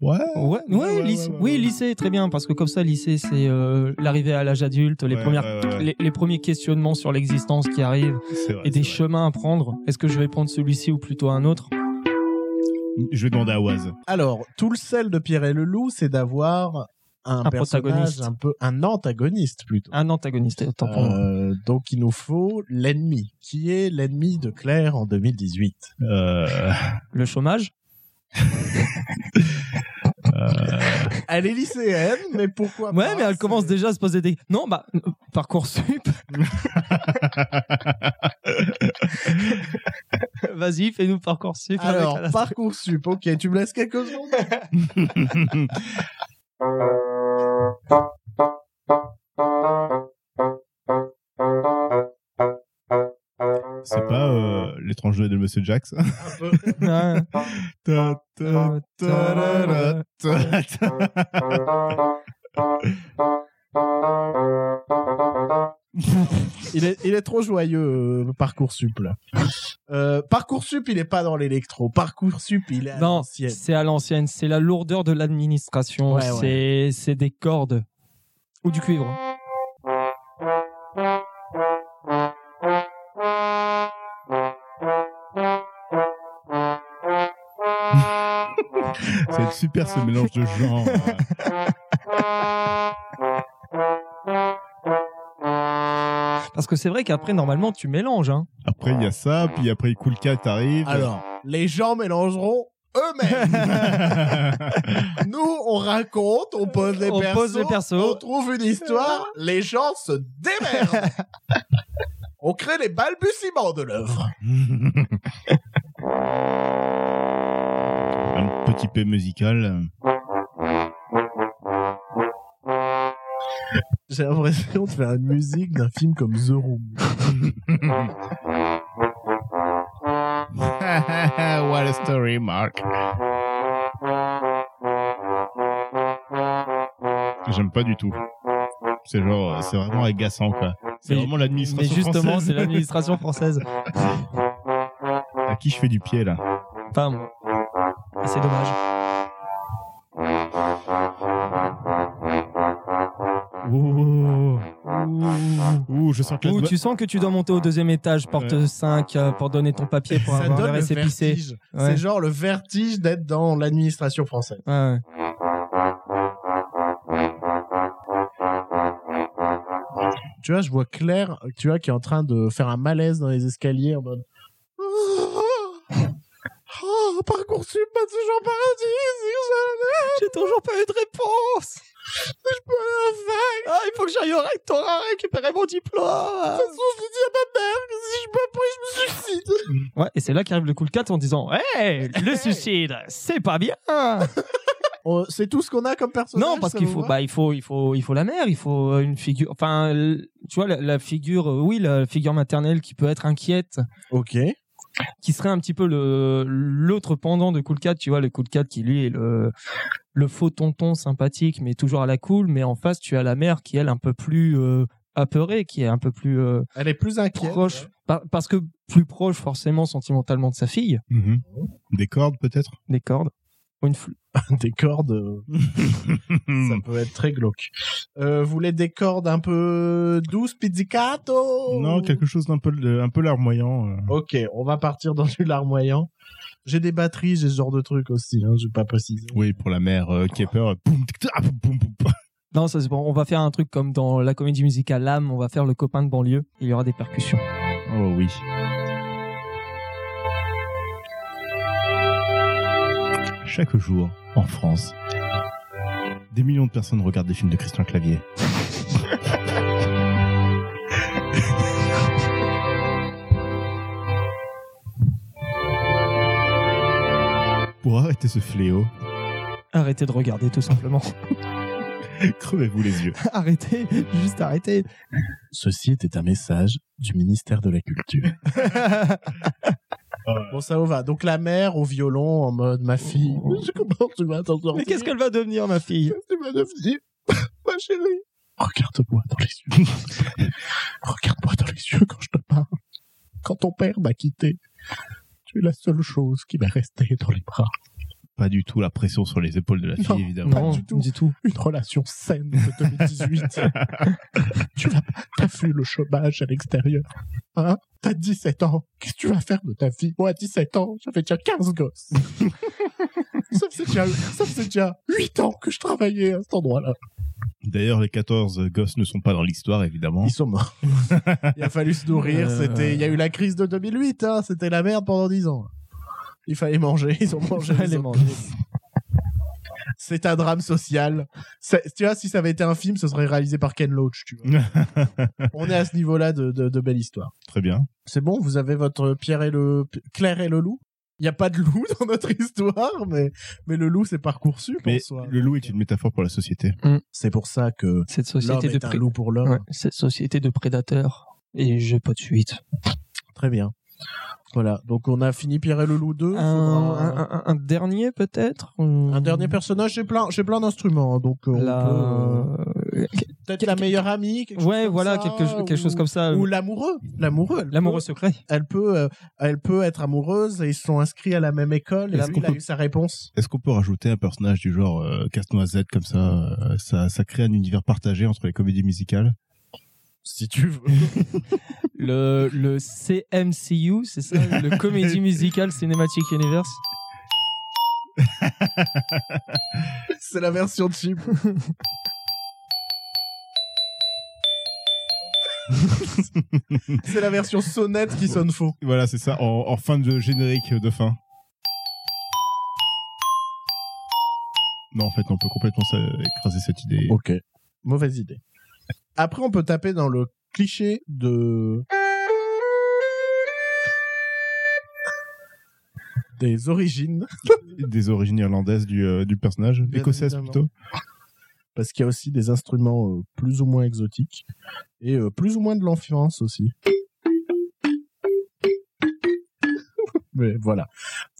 B: Ouais
C: Ouais, ouais,
B: ouais,
C: lycée-
B: ouais, ouais,
C: oui,
B: ouais.
C: lycée, très bien, parce que comme ça, lycée, c'est euh, l'arrivée à l'âge adulte, les,
B: Ouais,
C: premières,
B: ouais, ouais, ouais.
C: Les, les premiers questionnements sur l'existence qui arrivent
B: C'est vrai,
C: et des
B: c'est vrai.
C: chemins à prendre. Est-ce que je vais prendre celui-ci ou plutôt un autre
B: Je vais demander à Oise.
A: Alors, tout le sel de Pierre et le Loup, c'est d'avoir un,
C: Un
A: personnage
C: protagoniste. Ah,
A: un peu un antagoniste plutôt.
C: Un antagoniste, autant pour moi.
A: Euh, donc il nous faut l'ennemi. Qui est l'ennemi de Claire en 2018
B: Euh,
C: Le chômage
B: Euh,
A: Elle est lycéenne, mais
B: Ah,
A: pourquoi
C: Ouais,
A: pas,
B: bah,
C: mais elle
A: c'est-
C: commence déjà à se poser des. Non, bah, euh, Parcoursup. <laughs> Vas-y, fais-nous Parcoursup. avec <laughs>
A: Alors,
C: Alain.
A: Parcoursup, ok, tu me laisses quelques secondes
B: c'est pas euh, l'étrange jeu de Monsieur Jack, ça
A: un peu.
C: Ouais.
B: <laughs> Ta, ta, ta, ra, ra, ta, ta.
A: Il est, il est trop joyeux, euh, Parcoursup, là. Euh, Parcoursup, il est pas dans l'électro. Parcoursup, il est à
C: Non,
A: l'ancienne.
C: c'est à l'ancienne. C'est la lourdeur de l'administration.
A: Ouais,
C: c'est c'est des cordes ou du cuivre.
B: <laughs> C'est super ce mélange de genres.
C: Parce que c'est vrai qu'après, normalement, tu mélanges. Hein.
B: Après, il y a ça, puis après, Cool Cat arrive.
A: Alors, les gens mélangeront eux-mêmes.
C: <laughs>
A: Nous, on raconte, on pose les
C: On
A: persos,
C: pose les persos.
A: on trouve une histoire, les gens se
C: <laughs>
A: démerdent. on crée les balbutiements de l'œuvre.
B: Un petit peu musical.
A: J'ai l'impression de faire une musique d'un film comme The Room.
B: <laughs> What a story, Mark. J'aime pas du tout. C'est genre, euh, c'est vraiment agaçant, quoi. C'est
C: Mais-
B: vraiment
C: Mais
B: l'administration
C: justement,
B: française
C: c'est l'administration française.
B: à qui je fais du pied, là.
C: Enfin, bon. Et c'est dommage.
B: Ouh,
C: Ouh.
B: Ouh, je sens que la
C: Ouh,
B: doigt-
C: tu sens que tu dois monter au deuxième étage, porte
B: Ouais.
C: 5, euh, pour donner ton papier pour
A: Ça
C: avoir
A: donne
C: le
A: le
C: RSC pissé.
A: vertige.
C: Ouais.
A: C'est genre le vertige d'être dans l'administration française.
C: Ouais.
A: Tu vois, je vois Claire, tu vois, qui est en train de faire un malaise dans les escaliers en mode. Oh, Ah, Parcoursup m'a toujours pas dit si je
C: J'ai toujours pas eu de réponse.
A: peux la faire.
C: Ah, il faut que j'aille au rectorat récupérer mon diplôme.
A: De toute façon, je dis à ma mère que si je peux pas, je me suicide.
C: Ouais, et c'est là qu'arrive le cool cat en disant Hey, le suicide, c'est pas bien
A: On- C'est tout ce qu'on a comme personnage.
C: Non, parce
A: ça
C: qu'il
A: vous
C: faut,
A: va
C: bah, il faut, il faut, il faut la mère, il faut euh, une figure. Enfin, l- tu vois, la, la figure, euh, oui, la figure maternelle qui peut être inquiète,
A: Ok.
C: qui serait un petit peu le l'autre pendant de Cool Cat, tu vois, le Cool Cat qui lui est le le faux tonton sympathique, mais toujours à la cool. Mais en face, tu as la mère qui elle un peu plus euh, apeurée, qui est un peu plus euh,
A: Elle est plus inquiète.
C: proche, par- parce que plus proche forcément sentimentalement de sa fille,
B: Mhm. Des cordes, peut-être
C: des cordes, ou une flûte.
A: Des cordes, euh,
C: Hmm.
B: <laughs>
A: ça peut être très glauque. Euh, vous voulez des cordes un peu douces, pizzicato
B: Non, quelque chose d'un peu, de- un peu larmoyant. euh.
A: Ok, on va partir dans du larmoyant. J'ai des batteries, j'ai ce genre de truc aussi, hein, je vais pas préciser.
B: Oui, pour la mère euh, qui est peur. Boum, tic, ah, tac, boum, boum, boum.
C: Non, ça c'est bon. On va faire un truc comme dans la comédie musicale L'âme. On va faire le copain de banlieue. Il y aura des percussions.
B: Oh oui. Chaque jour, en France, des millions de personnes regardent des films de Christian Clavier. <laughs> Pour arrêter ce fléau,
C: Arrêtez de regarder tout simplement. <laughs>
B: crevez-vous les yeux.
C: arrêtez, juste arrêtez.
A: Ceci était un message du ministère de la Culture. <laughs> bon, ça on va. Donc la mère au violon en mode ma fille. Je comprends, tu vas t'en sortir.
C: Mais qu'est-ce qu'elle va devenir ma fille
A: tu vas devenir <laughs> Ma chérie. Regarde-moi dans les yeux. <laughs> Regarde-moi dans les yeux quand je te parle. Quand ton père m'a quitté, tu es la seule chose qui m'est restée dans les bras.
B: Pas du tout la pression sur les épaules de la fille,
A: Non,
B: évidemment.
C: Non,
A: du tout. Une relation saine de <laughs> 2018. tu vas- t'as vu le chômage à l'extérieur. Hein T'as 17 ans. Qu'est-ce que tu vas faire de ta vie Moi, à 17 ans, j'avais déjà 15 <laughs> gosses. ça, faisait déjà, ça faisait déjà 8 ans que je travaillais à cet endroit-là.
B: D'ailleurs, les 14 gosses ne sont pas dans l'histoire, évidemment.
A: Ils sont morts. il a fallu se nourrir.
C: Euh.
A: C'était, il y a eu la crise de 2008. Hein, C'était la merde pendant 10 ans. Il fallait manger. Ils ont mangé.
C: Elle
A: les
C: est
A: autres.
C: mangée.
A: C'est un drame social. C'est- Tu vois, si ça avait été un film, ce serait réalisé par Ken Loach. Tu
B: <laughs>
A: vois. On est à ce niveau-là de, de, de belle histoire.
B: Très bien.
A: C'est bon, vous avez votre Pierre et le Claire et le loup. Il n'y a pas de loup <laughs> dans notre histoire, mais, mais le loup, c'est parcoursu
B: Mais
A: en soi.
B: le loup est une métaphore pour la société.
A: C'est pour ça que
C: Cette
A: l'homme
C: société de
A: est un
C: pré-
A: loup pour l'homme.
C: Ouais, cette société de prédateurs. Et je pas de suite.
A: Très bien. Voilà, donc on a fini Pierre et le loup 2.
C: Un,
A: Faudra-
C: un- un- un dernier peut-être
A: hein. Un dernier personnage, j'ai plein, j'ai plein d'instruments, donc euh, on
C: La-
A: peut, euh, peut-être la meilleure amie, quelque chose
C: Ouais,
A: comme
C: voilà,
A: ça,
C: quelque, chose- quelque
A: ou,
C: chose comme ça.
A: ou l'amoureux, l'amoureux, elle
C: L'amoureux
A: peut-
C: secret.
A: elle peut, euh, elle peut être amoureuse et ils se sont inscrits à la même école. Et
B: Est-ce
A: lui,
B: qu'on
A: il a
B: peut-
A: eu sa réponse.
B: Est-ce qu'on peut rajouter un personnage du genre euh, Casse-Noisette comme ça, euh, ça Ça crée un univers partagé entre les comédies musicales.
A: Si tu veux.
C: Le, le CMCU, c'est ça Le Comédie Musicale Cinematic Universe.
A: <laughs> C'est la version cheap. C'est la version sonnette qui sonne faux.
B: Voilà, c'est ça, en, en fin de générique de fin. Non, en fait, on peut complètement ça- écraser cette idée.
A: Ok. Mauvaise idée. Après, on peut taper dans le cliché de. Des origines.
B: Des origines irlandaises du, euh, du personnage,
A: Bien
B: écossaise
A: évidemment.
B: plutôt.
A: parce qu'il y a aussi des instruments euh, plus ou moins exotiques et euh, plus ou moins de l'enfance aussi. <laughs> Mais voilà.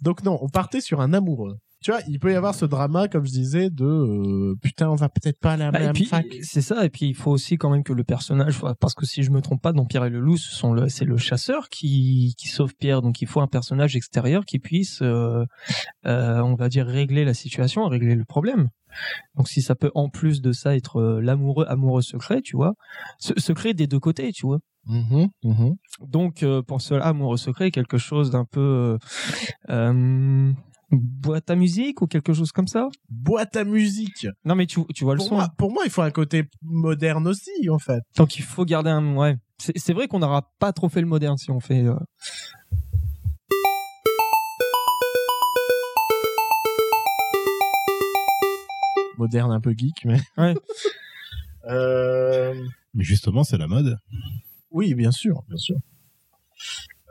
A: Donc non, on partait sur un amoureux. Tu vois, il peut y avoir ce drama, comme je disais, de euh, putain, on va peut-être pas à la
C: Bah, et
A: même
C: puis
A: Ah, fac.
C: c'est ça et puis il faut aussi quand même que le personnage soit- parce que si je me trompe pas dans Pierre et le loup ce sont le c'est le chasseur qui qui sauve Pierre donc il faut un personnage extérieur qui puisse euh, euh, on va dire régler la situation régler le problème donc si ça peut en plus de ça être euh, l'amoureux amoureux secret tu vois se- secret des deux côtés tu vois
A: Mhm, mhm.
C: donc euh, pour cela amoureux secret quelque chose d'un peu euh, euh, boîte à musique ou quelque chose comme ça
A: Boîte à musique.
C: non mais tu tu vois le
A: Pour
C: son hein.
A: moi, pour moi, il faut un côté moderne aussi, en fait.
C: Donc il faut garder un. Ouais. C'est c'est vrai qu'on n'aura pas trop fait le moderne si on fait. euh,
A: Moderne, un peu geek, mais.
C: Ouais.
A: <laughs> Euh,
B: Mais justement, c'est la mode.
A: Oui, bien sûr, bien sûr.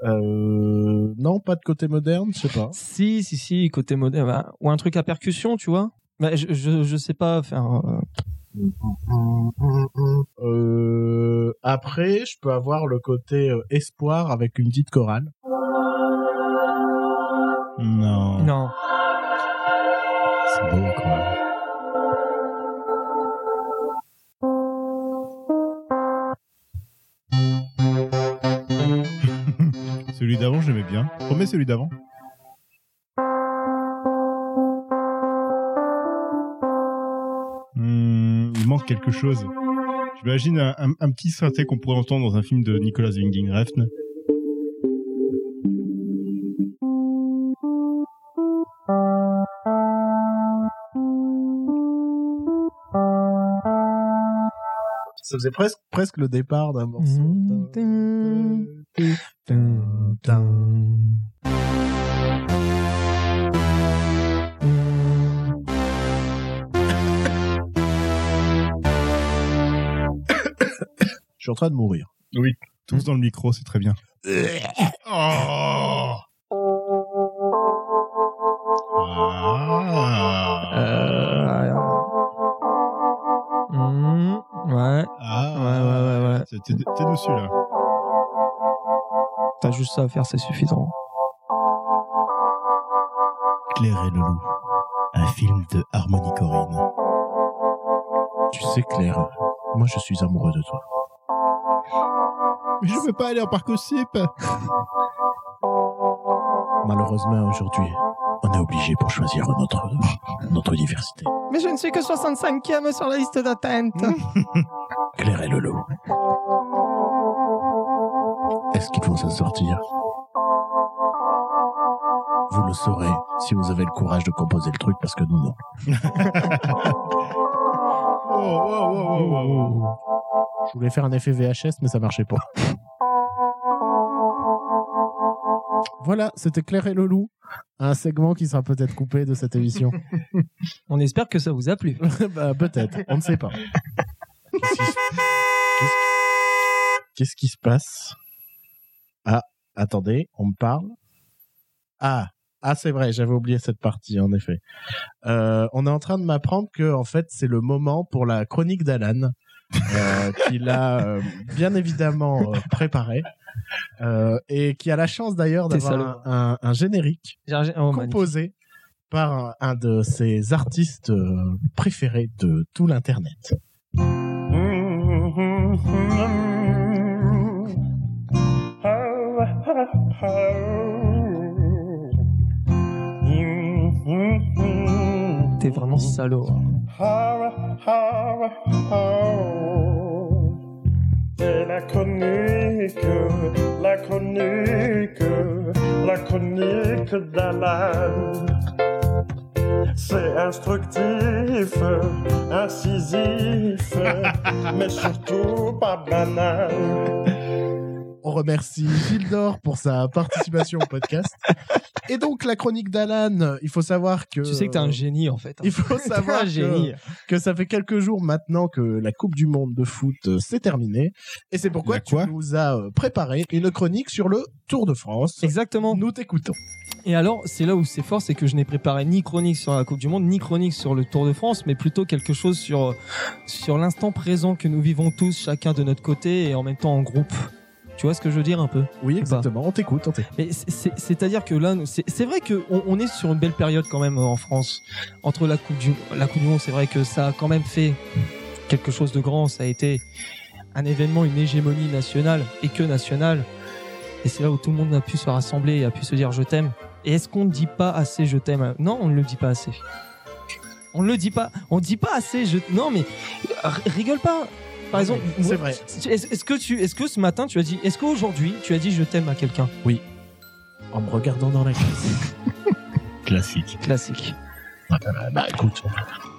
A: Euh, Non, pas de côté moderne, je sais pas.
C: Si, si, si, côté moderne. bah, ou un truc à percussion, tu vois. Bah, je, je, je sais pas faire. euh,
A: Euh, Après, je peux avoir le côté euh, espoir avec une petite chorale.
B: Non.
C: Non.
B: C'est beau quand même. <laughs> celui d'avant, je l'aimais bien. Remets celui d'avant. Hmm, il manque quelque chose. J'imagine un, un- un petit synthé qu'on pourrait entendre dans un film de Nicolas Winding Refn.
A: Ça faisait presque, presque le départ d'un morceau. Euh, Je suis en train de mourir.
B: Tous dans le micro, c'est très bien. Oh Ah.
C: Euh, hmm, ouais.
B: Ah.
C: Ouais, ouais, ouais, ouais.
B: T'es- T'es t'es dessus là.
C: T'as juste ça à faire, c'est suffisant.
B: Claire et le loup. Un film de Harmony Corinne.
A: Tu sais, Claire, moi je suis amoureux de toi.
B: Mais je veux pas aller en parcoursup.
A: Malheureusement, aujourd'hui, on est obligé pour choisir notre, notre diversité.
C: Mais je ne suis que 65e sur la liste d'attente.
A: Claire et Lolo. Est-ce qu'ils vont s'en sortir Vous le saurez si vous avez le courage de composer le truc, parce que nous, non.
B: Oh, <laughs> oh, oh, oh, oh, oh.
A: Je voulais faire un effet VHS, mais ça marchait pas. Voilà, c'était Claire et Lolo. Un segment qui sera peut-être coupé de cette émission.
C: On espère que ça vous a plu.
A: <laughs> Bah, peut-être, on ne sait pas. Qu'est-ce qui se- qu'est-ce- Qu'est-ce qui se passe Ah, attendez, on me parle. Ah, ah c'est vrai, j'avais oublié cette partie, en effet. Euh, on est en train de m'apprendre que, en fait, c'est le moment pour la chronique d'Alan, euh, qu'il a euh, bien évidemment euh, préparée, euh, et qui a la chance d'ailleurs
C: T'es
A: d'avoir un- un- un générique
C: <laughs> J'ai un- oh, magnifique.
A: composé par un, un de ses artistes euh, préférés de tout l'internet.
C: T'es vraiment salaud. hein.
H: Et la chronique, la chronique, la chronique d'Alan. C'est instructif,
I: <laughs>
H: incisif, mais surtout pas banal.
A: On remercie Gildor pour sa participation au podcast. Et donc, la chronique d'Alan, il faut savoir que...
C: Tu sais que t'es un génie en fait. hein.
A: Il faut
C: <laughs> T'es
A: savoir
C: un
A: que-
C: génie.
A: que ça fait quelques jours maintenant que la Coupe du Monde de foot euh, s'est terminée. Et c'est pourquoi
B: La
A: tu
B: quoi
A: nous as euh, préparé une chronique sur le Tour de France.
C: Exactement.
A: Nous t'écoutons.
C: Et alors, c'est là où c'est fort, c'est que je n'ai préparé ni chronique sur la Coupe du Monde, ni chronique sur le Tour de France, mais plutôt quelque chose sur, sur l'instant présent que nous vivons tous, chacun de notre côté et en même temps en groupe. Tu vois ce que je veux dire un peu
A: Oui, exactement. On t'écoute, on t'écoute.
C: Mais c'est- c'est- c'est-à-dire que là, nous- c'est c'est vrai que on, on est sur une belle période quand même euh, en France. Entre la Coupe du, la coupe du Monde, c'est vrai que ça a quand même fait quelque chose de grand. Ça a été un événement, une hégémonie nationale et que nationale. Et c'est là où tout le monde a pu se rassembler et a pu se dire je t'aime. Et est-ce qu'on ne dit pas assez je t'aime à- Non, on ne le dit pas assez. On ne le dit pas. On ne dit pas assez je. Non, mais r- rigole pas. Par exemple,
A: C'est vrai.
C: Est-ce est-ce que tu, est-ce que ce matin tu as dit, est-ce qu'aujourd'hui tu as dit je t'aime à quelqu'un
A: En me regardant dans la glace.
B: Classique.
C: Classique.
A: bah écoute.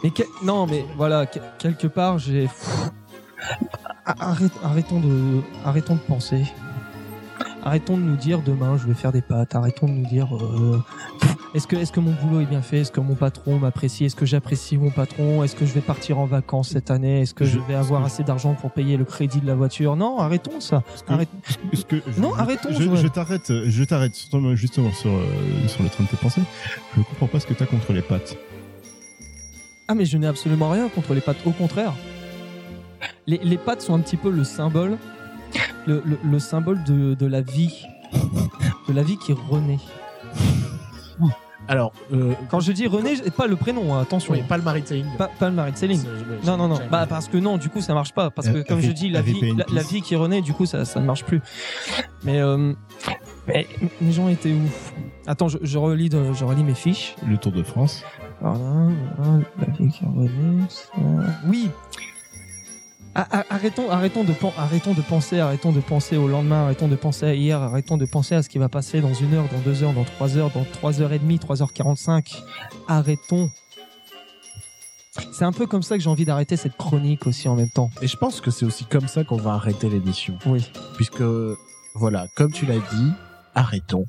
C: Mais que- non, mais voilà, que- quelque part, j'ai. Pff. Arrête- arrêtons de, arrêtons de penser. Arrêtons de nous dire demain je vais faire des pâtes. Arrêtons de nous dire euh, pff, est-ce que, est-ce que mon boulot est bien fait Est-ce que mon patron m'apprécie Est-ce que j'apprécie mon patron Est-ce que je vais partir en vacances cette année Est-ce que je,
B: Je-
C: vais avoir assez d'argent pour payer le crédit de la voiture Non, arrêtons ça.
B: Est-ce que-
C: Arrête-
B: est-ce que je-
C: Non, arrêtons,
B: Je,
C: ouais.
B: je t'arrête, euh, je t'arrête justement justement sur, euh, sur le train de tes pensées. Je comprends pas ce que t'as contre les pattes.
C: Ah mais je n'ai absolument rien contre les pattes, au contraire. Les, les pattes sont un petit peu le symbole, le, le- le symbole de, de la vie, de la vie qui renaît.
A: Alors, euh,
C: Quand je dis renaît, je- pas le prénom, hein, attention,
A: oui, pas le maritime.
C: pas, pas le mari de Céline. Non non non, bah parce que non, du coup ça marche pas, parce que
B: Euh,
C: comme
B: avec-
C: je dis, la
B: avec
C: vie,
B: une
C: la, la
B: piste.
C: vie qui renaît, du coup ça, ça ne marche plus. Mais, euh, mais les gens étaient où Attends, je, je relis de- je relis mes fiches.
B: Le Tour de France.
C: Voilà, voilà, la vie qui revenait, ça. Oui. A- a- Arrêtons, arrêtons de, pen- arrêtons de penser, arrêtons de penser au lendemain, arrêtons de penser à hier, arrêtons de penser à ce qui va passer dans une heure, dans deux heures, dans trois heures, dans trois heures et demie, trois heures quarante-cinq. Arrêtons. C'est un peu comme ça que j'ai envie d'arrêter cette chronique aussi en même temps.
A: Et je pense que c'est aussi comme ça qu'on va arrêter l'émission.
C: Oui.
A: Puisque, voilà, comme tu l'as dit, arrêtons.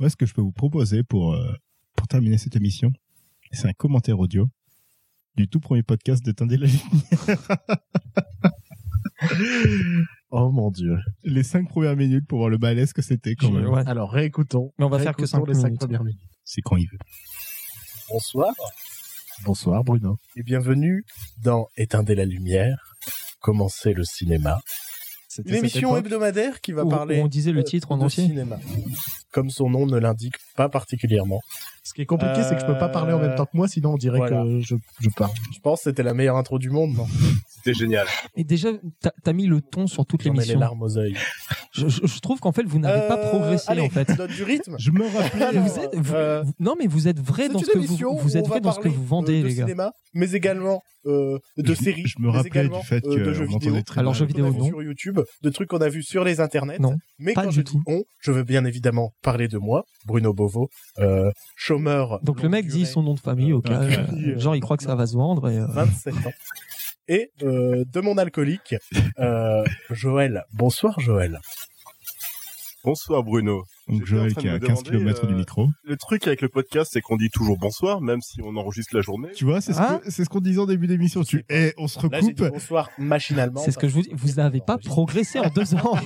B: Moi, ce que je peux vous proposer pour, euh, pour terminer cette émission, c'est un commentaire audio du tout premier podcast d'Éteindre la lumière.
A: Oh mon dieu.
B: Les cinq premières minutes pour voir le malaise que c'était quand même.
C: Ouais.
A: Alors, réécoutons.
C: Mais on va faire que
A: Réécoutons
C: cinq
A: les cinq
C: minutes.
A: premières minutes.
B: C'est quand il veut.
A: Bonsoir. Bonsoir Bruno. Et bienvenue dans Éteindre la lumière, commencer le cinéma.
I: Une émission hebdomadaire qui va
C: Où-
I: parler
C: où on disait
I: euh,
C: le titre en
I: de
C: entier.
I: cinéma, comme son nom ne l'indique pas particulièrement.
A: Ce qui est compliqué, c'est que je peux pas parler en même temps que moi, sinon on dirait
I: Voilà.
A: que je, je parle.
I: Je pense que c'était la meilleure intro du monde, non
D: C'était génial.
C: Et déjà, t'as as mis le ton sur toute
I: J'en ai les
C: l'émission.
I: larmes aux yeux.
C: Je, je- je trouve qu'en fait, vous n'avez pas
I: Euh,
C: progressé
I: allez,
C: en fait.
I: <laughs> donne du rythme.
B: Je me rappelle.
C: Vous êtes- vous-
I: Euh,
C: vous- non, mais vous êtes vrai
I: C'est
C: dans
I: une
C: ce que
I: émission
C: vous,
I: où
C: vous êtes
I: on
C: vrai
I: va
C: dans ce que
I: parler,
C: vous
I: euh,
C: vendez,
I: de
C: les gars.
I: cinéma, mais également euh,
B: je-
I: de séries.
B: Je me
I: mais
B: rappelais
I: également,
B: du fait
I: euh,
B: que
I: de jeux
B: on entendait
I: vidéo.
B: très
C: Alors,
B: mal.
C: jeux
I: qu'on a
C: vidéo,
I: vu
C: non.
I: sur YouTube, de trucs qu'on a vu sur les internets.
C: Non,
I: mais
C: pas
I: quand
C: du
I: je
C: tout.
I: dis on, je veux bien évidemment parler de moi, Bruno Beauvau, euh, chômeur.
C: Donc le mec
I: longue
C: dit
I: durée,
C: son nom de famille au
I: Euh,
C: cas.
I: euh,
C: euh, genre, il croit que ça va se vendre. Et, euh,
I: 27 ans. Et euh, de mon alcoolique, euh, Joël. Bonsoir Joël.
D: Bonsoir Bruno.
B: Donc
D: J'étais en
B: Joël
D: train
B: qui est
D: de
B: à
D: me
B: 15
D: demander,
B: km du
D: euh,
B: micro.
D: Le truc avec le podcast, c'est qu'on dit toujours bonsoir, même si on enregistre la journée.
B: Tu vois, c'est ce
C: Hein
B: que- c'est ce qu'on disait en début d'émission. Tu, eh, on se
I: Là, j'ai
B: recoupe.
I: dit ah, bonsoir machinalement.
C: c'est ce que je vous dis. Vous n'avez
I: <laughs>
C: pas progressé en deux ans.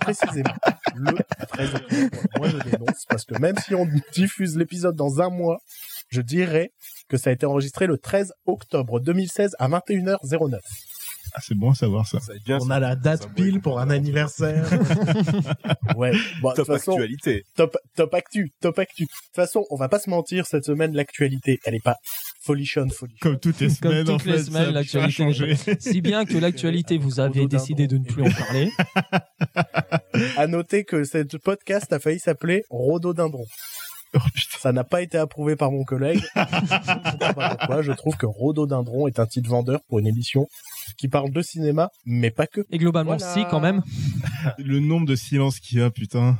I: Précisément. Le 13 octobre. Moi, je dénonce parce que même si on diffuse l'épisode dans un mois, je dirais que ça a été enregistré le 13 octobre 2016 à 21h09.
B: Ah, c'est bon à savoir ça.
D: Ça va être bien,
A: On
D: ça.
A: a la
D: Ça
A: date
D: va
A: pile
D: être
A: pour un
D: bien.
A: anniversaire.
I: <laughs> Ouais. Bon, de toute
D: Top
I: façon,
D: actualité.
I: top, top actu, top actu. De toute façon, on va pas se mentir, cette semaine, l'actualité, elle est pas folichonne, folichonne.
B: Comme toutes les
C: Comme
B: semaines, en
C: toutes les
B: fait,
C: semaines,
B: ça a
C: l'actualité
B: changé.
C: <laughs> si bien que
I: <laughs>
C: l'actualité, vous avez
I: Gros dindon.
C: décidé de ne plus en parler.
I: À noter que ce podcast a failli s'appeler Rododindron.
B: Oh putain.
I: Ça n'a pas été approuvé par
B: <laughs>
I: mon collègue. je ne sais pas pourquoi. Je trouve que Rododindron est un titre vendeur pour une émission qui parle de cinéma, mais pas que.
C: Et globalement,
I: Voilà.
C: si, quand même.
B: Le nombre de silences qu'il y a, putain.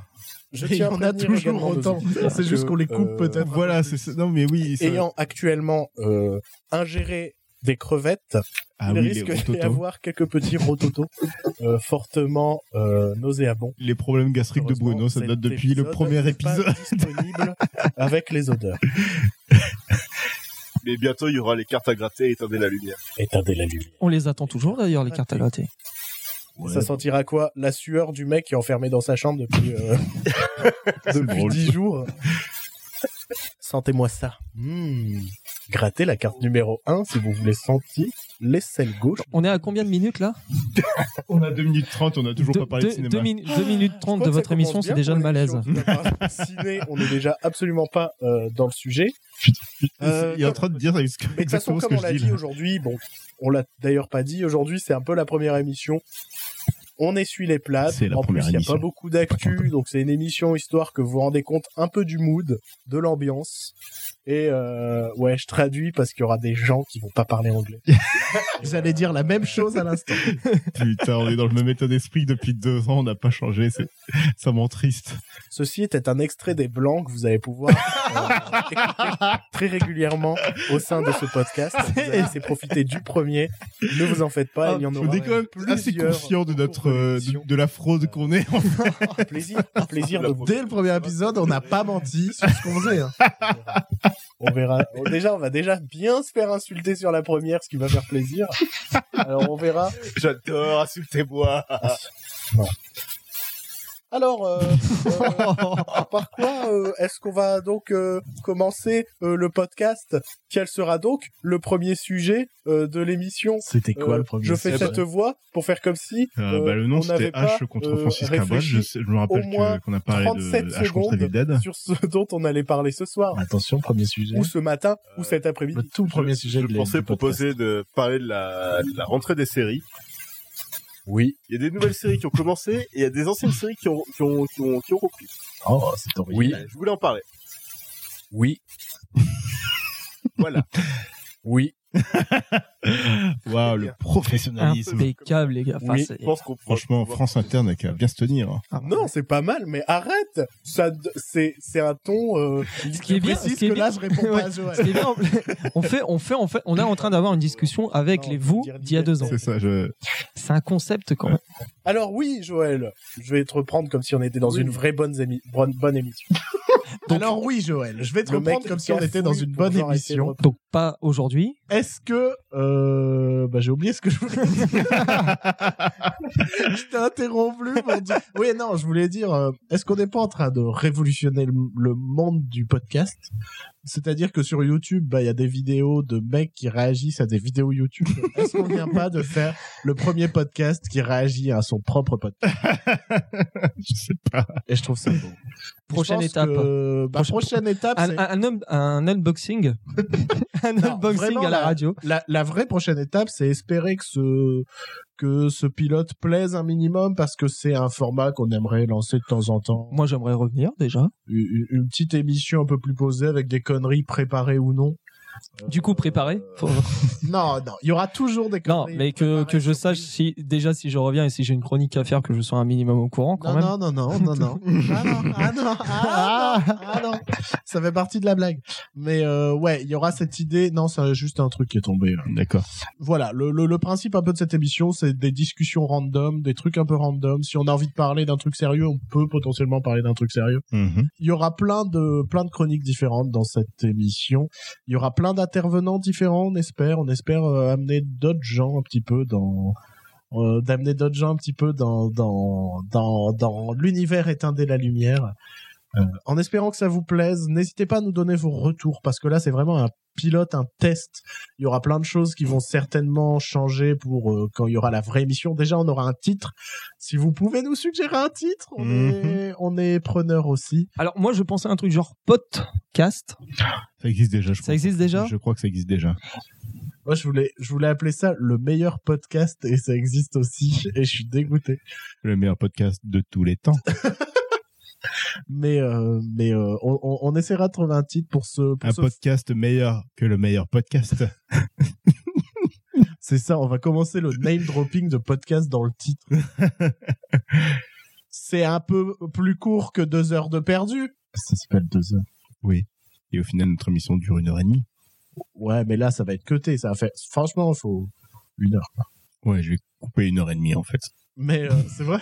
I: Je
A: Il y
I: tiens à
A: en a
I: prévenir
A: toujours
I: également nos
A: autant.
I: auditeurs
A: Ah, C'est juste
I: que,
A: qu'on les coupe
I: euh,
A: peut-être.
B: Voilà, c'est ça. Non, mais oui. ça-
I: Ayant actuellement euh, ingéré des crevettes,
B: Ah
I: il
B: oui, les
I: risque d'y
B: rototos.
I: avoir quelques petits rototos euh, fortement euh, nauséabonds.
B: Les problèmes gastriques de Bruno, ça
I: Heureusement,
B: date depuis le
I: cet
B: premier
I: n'est pas
B: épisode.
I: disponible avec
B: <laughs>
I: les odeurs.
J: Mais bientôt, il y aura les cartes à gratter et éteindre la lumière.
I: Éteindez la lumière.
C: On les attend toujours d'ailleurs, les cartes à gratter.
I: Ça sentira quoi La sueur du mec qui est enfermé dans sa chambre depuis, euh, <laughs> depuis
B: drôle.
I: 10 jours. Sentez-moi ça. Hmm. Grattez la carte numéro 1 si vous voulez sentir l'aisselle gauche.
C: On est à combien de minutes là
B: On a 2 minutes 30, on a toujours
C: Deux-
B: pas parlé de
C: deux-
B: cinéma.
C: deux min- deux minutes 30 de votre émission, c'est déjà le malaise.
I: Ciné, on est déjà absolument pas euh, dans le sujet. Euh,
B: il est en train de dire ex-
I: Mais de toute façon,
B: exactement ce
I: comme
B: que je
I: on l'a
B: dis.
I: dit
B: là.
I: aujourd'hui, bon, on l'a d'ailleurs pas dit, aujourd'hui c'est un peu la première émission. On essuie les plates.
B: C'est la
I: en
B: première
I: plus, il n'y a
B: émission.
I: pas beaucoup
B: Pas
I: d'actu, donc c'est une émission histoire que vous vous rendez compte un peu du mood, de l'ambiance. Et euh, ouais, je traduis parce qu'il y aura des gens qui vont pas
B: <laughs>
I: parler anglais.
A: J'allais dire la même chose à l'instant.
B: Putain, on est dans le même état d'esprit que depuis deux ans, on n'a pas changé. c'est- Ça m'entriste.
I: Ceci était un extrait des blancs que vous allez pouvoir
B: <laughs>
I: euh, écouter très régulièrement au sein de ce
B: <laughs>
I: podcast. Vous allez laisser profiter du premier. Ne vous en faites pas, Ah, il y en aura
B: on est Ah, quand même assez
I: plusieurs
B: conscient de
I: au cours
B: notre euh,
I: l'émission.
B: de, de la fraude qu'on est. en fait.
I: Un <laughs> plaisir, un plaisir de vous.
A: Ah, Dès le premier épisode, on n'a pas menti sur ce qu'on faisait. hein.
I: On verra. Bon, déjà, on va déjà bien se faire insulter sur la première, ce qui va faire plaisir. Alors, on verra.
J: J'adore, insultez-moi.
I: Alors, euh, euh, par quoi euh, est-ce qu'on va donc euh, commencer euh, le podcast Quel sera donc le premier sujet euh, de l'émission
A: C'était quoi
I: Euh,
A: le premier
I: Je fais
A: sujet
I: cette voix pour faire comme si
B: Euh,
I: euh,
B: bah, le nom
I: on
B: c'était
I: n'avait pas,
B: H contre
I: euh,
B: Francis Cabot.
I: réfléchi
B: Je, sais- je me rappelle
I: moins
B: que- qu'on a parlé de
I: 37
B: H contre
I: secondes.
B: Evil Dead.
I: sur ce dont on allait parler ce soir,
A: Attention, premier sujet.
I: ou ce matin, ou
J: Euh,
I: cet après-midi.
A: Le tout premier
J: Je-
A: sujet
J: Je
A: de
J: pensais
A: du podcast.
J: proposer de parler de la, de la rentrée des séries.
I: Oui.
J: Il y a des nouvelles séries qui ont commencé et il y a des anciennes séries qui ont, qui ont, qui ont, qui ont repris.
A: Oh, c'est original.
J: Euh, Je voulais en parler.
I: Oui.
J: Voilà.
I: Oui.
B: Waouh, le
J: bien.
B: professionnalisme.
C: Impeccable les gars. Enfin,
I: Oui,
J: Je
C: c'est- ah.
J: pense qu'on pourra-
B: Franchement, France Interne a qu'à bien se tenir. hein.
I: Non, c'est pas mal, mais arrête Ça, d- c'est, c'est un ton. euh,
C: Ce qui est bien,
A: Précise
C: ce qui est
A: que
C: bien-
A: là, je
C: <laughs>
A: réponds pas à
C: Ce
A: Joël.
C: qui est bien, on fait, on fait, on fait, on est en train d'avoir une discussion avec
I: Non,
C: les
I: on peut
C: vous
I: dire
C: d'il y a deux ans.
B: C'est ça, je...
C: C'est un concept quand même.
I: Alors oui, Joël, je vais te reprendre comme si on était dans une vraie bonne, émi- bonne, bonne émission.
A: Alors oui, Joël, je vais te
I: Le
A: reprendre
I: mec
A: comme si on
I: cafouille
A: était dans une
I: pour
A: bonne
I: genre essayer de
A: émission.
C: Donc pas aujourd'hui.
A: Est-ce que... Euh... Bah, j'ai oublié ce que je voulais dire.
I: <laughs>
A: <laughs> je t'ai interrompu pour dire... Oui, non, je voulais dire, euh, est-ce qu'on n'est pas en train de révolutionner le, le monde du podcast c'est-à-dire que sur YouTube, bah, il y a des vidéos de mecs qui réagissent à des vidéos YouTube. Est-ce qu'on vient pas de faire le premier podcast qui réagit à son propre podcast
B: je sais pas.
A: Et je trouve ça <laughs> beau.
C: Prochaine
A: Je pense
C: étape.
A: que- bah,
C: Prochaine-
A: prochaine étape,
C: Un,
A: c'est-
C: un- un
A: <laughs>
C: un- un unboxing. un
A: Non,
C: unboxing
A: vraiment,
C: à la
A: là.
C: radio.
A: la, la vraie prochaine étape, c'est espérer que ce que ce pilote plaise un minimum parce que c'est un format qu'on aimerait lancer de temps en temps.
C: Moi j'aimerais revenir déjà.
A: Une, une- une petite émission un peu plus posée avec des conneries préparées ou non. Euh,
C: Du coup préparé. Faut-
A: Non, non, il y aura toujours des
C: Non,
A: conneries.
C: mais que,
A: préparées,
C: que je sache
A: surprises.
C: si déjà si je reviens et si j'ai une chronique à faire que je sois un minimum au courant quand
A: Non,
C: même.
A: non, non, non, non,
C: <laughs>
A: non. Ah non, ah non, ah, non, ah non. Ça fait partie de la blague. Mais euh, ouais, il y aura cette idée. Non, c'est juste un truc qui est tombé. là.
B: D'accord.
A: voilà, le, le, le principe un peu de cette émission, c'est des discussions random, des trucs un peu random. Si on a envie de parler d'un truc sérieux, on peut potentiellement parler d'un truc sérieux.
B: Mhm.
A: Il y aura plein de plein de chroniques différentes dans cette émission. Il y aura plein d'intervenants différents, on espère. On espère euh, amener d'autres gens un petit peu dans euh, d'amener d'autres gens un petit peu dans dans dans dans l'univers éteindre la lumière. Euh, en espérant que ça vous plaise, n'hésitez pas à nous donner vos retours parce que là c'est vraiment un pilote, un test. Il y aura plein de choses qui vont certainement changer pour euh, quand il y aura la vraie émission. Déjà on aura un titre. Si vous pouvez nous suggérer un titre, on est on est preneur aussi.
C: Alors moi je pensais à un truc genre podcast.
B: Ça existe déjà, je crois.
C: Ça existe déjà
B: Je crois que ça existe déjà.
A: Moi, je voulais, je voulais appeler ça le meilleur podcast et ça existe aussi <laughs> et je suis dégoûté.
B: Le meilleur podcast de tous les
I: <laughs>
B: temps.
A: Mais, euh, mais euh, on, on- on essaiera de trouver un titre pour ce. pour
B: Un
A: ce-
B: podcast meilleur que le meilleur
I: <laughs>
B: podcast.
A: C'est ça, on va commencer le name dropping de podcast dans le titre. C'est un peu plus court que deux heures de perdu. Ça s'appelle deux heures.
B: Et au final, notre émission dure une heure et demie.
A: Ouais, mais là, ça va être cuté. Ça va faire. Franchement, faut, une heure. quoi.
B: Ouais, je vais couper une heure et demie en fait.
A: Mais euh, c'est vrai.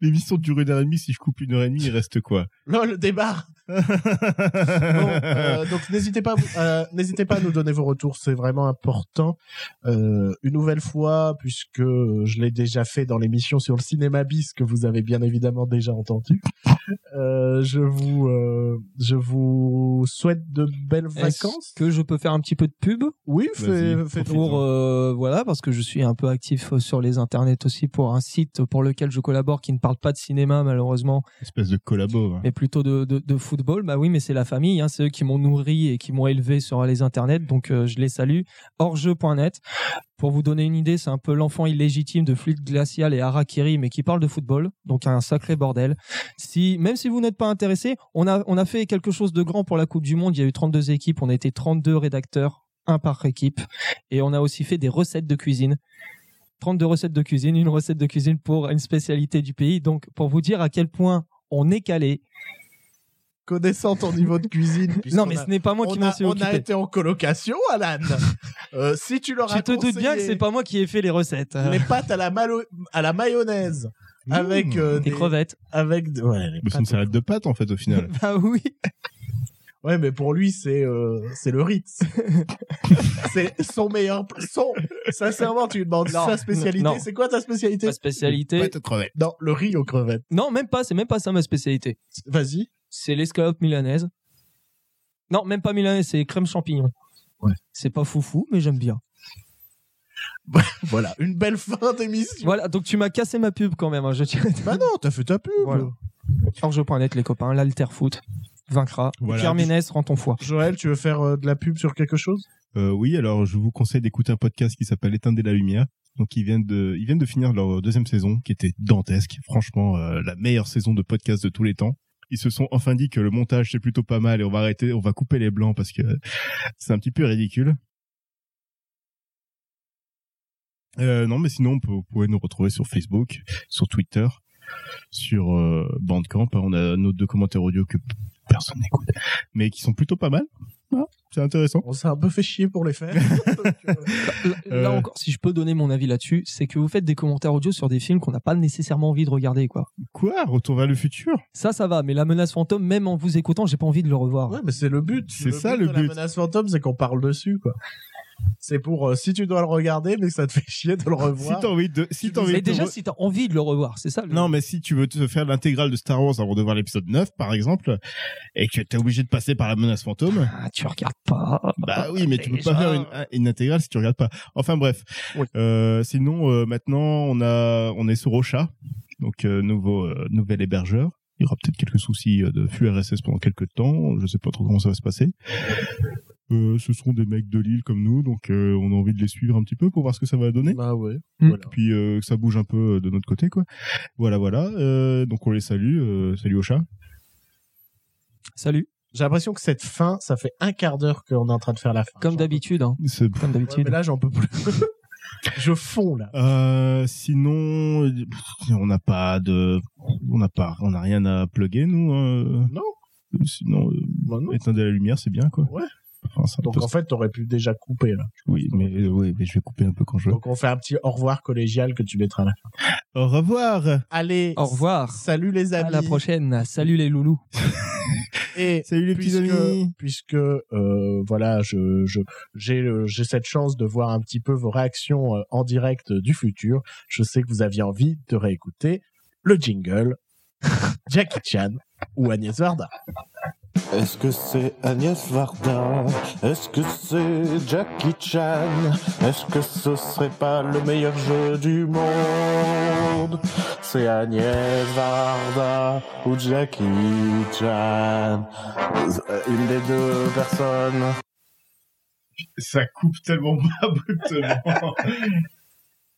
B: L'émission dure une heure et demie. Si je coupe une heure et demie, il reste quoi
A: Lol, débarre. Bon, euh, donc n'hésitez pas, à vous- euh, n'hésitez pas à nous donner vos retours, c'est vraiment important. Euh, une nouvelle fois, puisque je l'ai déjà fait dans l'émission sur le cinéma bis que vous avez bien évidemment déjà entendu. Euh, je vous, euh, je vous souhaite de belles
C: Est-ce
A: vacances.
C: que je peux faire un petit peu de pub
A: Oui, fais,
B: Vas-y,
A: fais-
C: pour euh, voilà parce que je suis un peu actif euh, sur les internets aussi pour un site pour lequel je collabore qui ne parle pas de cinéma malheureusement
B: <laughs> Espèce de collabo. hein.
C: mais plutôt de, de, de football bah oui mais c'est la famille hein, c'est eux qui m'ont nourri et qui m'ont élevé sur les internets donc euh, je les salue hors-jeu.net pour vous donner une idée c'est un peu l'enfant illégitime de Fluide Glacial et Harakiri mais qui parle de football donc un sacré bordel si même si vous n'êtes pas intéressé on a on a fait quelque chose de grand pour la Coupe du Monde il y a eu 32 équipes on a été 32 rédacteurs un par équipe et on a aussi fait des recettes de cuisine. 32 recettes de cuisine, une recette de cuisine pour une spécialité du pays. Donc, pour vous dire à quel point on est calé.
A: connaissant ton niveau de cuisine. puisqu'on
C: non, mais
A: a-
C: ce n'est pas moi qui
A: on
C: m'en
A: a,
C: suis
A: on a
C: occupé.
A: été en colocation, Alan. Euh, si tu leur as
C: Tu te doutes bien que
A: conseillé
C: c'est pas moi qui ai fait les recettes. euh,
A: les pâtes à la, malo- à la mayonnaise avec euh,
C: Mmh. des
A: des, <laughs>
C: crevettes.
A: avec de- ouais, les
B: Mais C'est une
A: pâtes.
B: salade de pâtes en fait
A: <laughs>
B: au final.
C: Bah oui.
A: Ouais, mais pour lui c'est euh, c'est le
B: <laughs>
A: Ritz c'est son meilleur pl- son sincèrement tu lui demandes
C: Non.
A: sa spécialité
C: Non.
A: c'est quoi ta spécialité
C: Ma spécialité.
B: Pâtes aux crevettes.
A: non le riz aux crevettes
C: Non, même pas. C'est même pas ça ma spécialité.
A: vas-y
C: C'est l'escalope milanaise. Non, même pas milanaise. C'est crème champignon.
A: Ouais.
C: C'est pas foufou, mais j'aime bien.
A: voilà une belle fin d'émission
C: Voilà. Donc tu m'as cassé ma pub quand même. hein, je tiens.
A: bah non t'as fait ta pub
C: Voilà. Orge.net, les copains. L'alterfoot vaincra.
B: Voilà.
C: Pierre Ménès rend ton foie.
A: Joël tu veux faire euh, de la pub sur quelque chose
B: Euh, oui, alors je vous conseille d'écouter un podcast qui s'appelle Éteindre la lumière. Donc ils viennent de ils viennent de finir leur deuxième saison qui était dantesque, franchement euh, la meilleure saison de podcast de tous les temps. Ils se sont enfin dit que le montage c'est plutôt pas mal et on va arrêter, on va couper les blancs parce que <laughs> c'est un petit peu ridicule. Euh, non, mais sinon, vous pouvez nous retrouver sur Facebook, sur Twitter, sur euh, Bandcamp. On a nos deux commentaires audio que personne n'écoute, mais qui sont plutôt pas mal. Voilà, c'est intéressant.
A: on s'est un peu fait chier pour les
B: <laughs>
A: faire Donc, euh,
C: Là là
B: Euh.
C: encore, si je peux donner mon avis là-dessus, c'est que vous faites des commentaires audio sur des films qu'on n'a pas nécessairement envie de regarder, quoi.
B: Quoi Retour vers le futur
C: Ça, ça va, mais la menace fantôme, même en vous écoutant, j'ai pas envie de le revoir.
A: Ouais, mais c'est le but.
B: C'est ça, le
A: de
B: but.
A: La menace fantôme, c'est qu'on parle dessus, quoi. C'est pour euh, si tu dois le regarder, mais que ça te fait chier de le
B: <laughs> Si
A: revoir.
B: t'as envie de, si
A: Tu disais
B: t'as envie
C: mais
B: de-
C: déjà, si t'as envie de le revoir, c'est ça. le-
B: non mais si tu veux te faire l'intégrale de Star Wars avant de voir l'épisode 9 par exemple et que t'es obligé de passer par la menace fantôme
C: Ah, tu regardes pas.
B: bah oui mais tu peux
C: Ah, déjà.
B: pas faire une, une intégrale si tu regardes pas enfin bref
C: Oui.
B: Euh, sinon euh, maintenant on a on est sur Ocha donc euh, nouveau euh, nouvel hébergeur il y aura peut-être quelques soucis euh, de flux RSS pendant quelques temps je sais pas trop comment ça va se passer Euh, ce sont des mecs de Lille comme nous donc euh, on a envie de les suivre un petit peu pour voir ce que ça va donner
A: Bah ouais.
C: Mm.
A: Voilà.
B: puis euh, que ça bouge un peu euh, de notre côté quoi. Voilà voilà, Euh, donc on les salue, euh, salut au chat.
C: Salut.
A: J'ai l'impression que cette fin, ça fait un quart d'heure qu'on est en train de faire la fin.
C: Comme
A: J'en
C: d'habitude, hein.
B: C'est-
C: Comme
A: peux- Ouais,
C: d'habitude.
A: mais là, j'en peux plus. <laughs> Je fonds là.
B: Euh, sinon euh, on n'a pas de on n'a pas on n'a rien à plugger nous euh,
A: Non.
B: Euh, sinon euh,
A: Bah, non.
B: éteindre la lumière c'est bien quoi.
A: Ouais.
B: Enfin, c'est un
A: Donc
B: peu-
A: en fait, t'aurais pu déjà couper là.
B: oui mais euh, ouais, mais je vais couper un peu quand je veux.
A: Donc on fait un petit au revoir collégial que tu mettras là.
B: Au revoir.
A: Allez.
C: Au revoir.
A: Salut les amis.
C: À la prochaine. Salut les loulous.
A: Et
B: <laughs> Salut les petits
A: puisque,
B: amis.
A: puisque euh, voilà, je je- j'ai euh, j'ai cette chance de voir un petit peu vos réactions euh, en direct euh, du futur. Je sais que vous aviez envie de réécouter le jingle <laughs> Jackie Chan ou Agnès Varda.
D: Est-ce que c'est Agnès Varda Est-ce que c'est Jackie Chan Est-ce que ce serait pas le meilleur jeu du monde C'est Agnès Varda ou Jackie Chan Euh, Une des deux personnes.
B: Ça coupe tellement abruptement.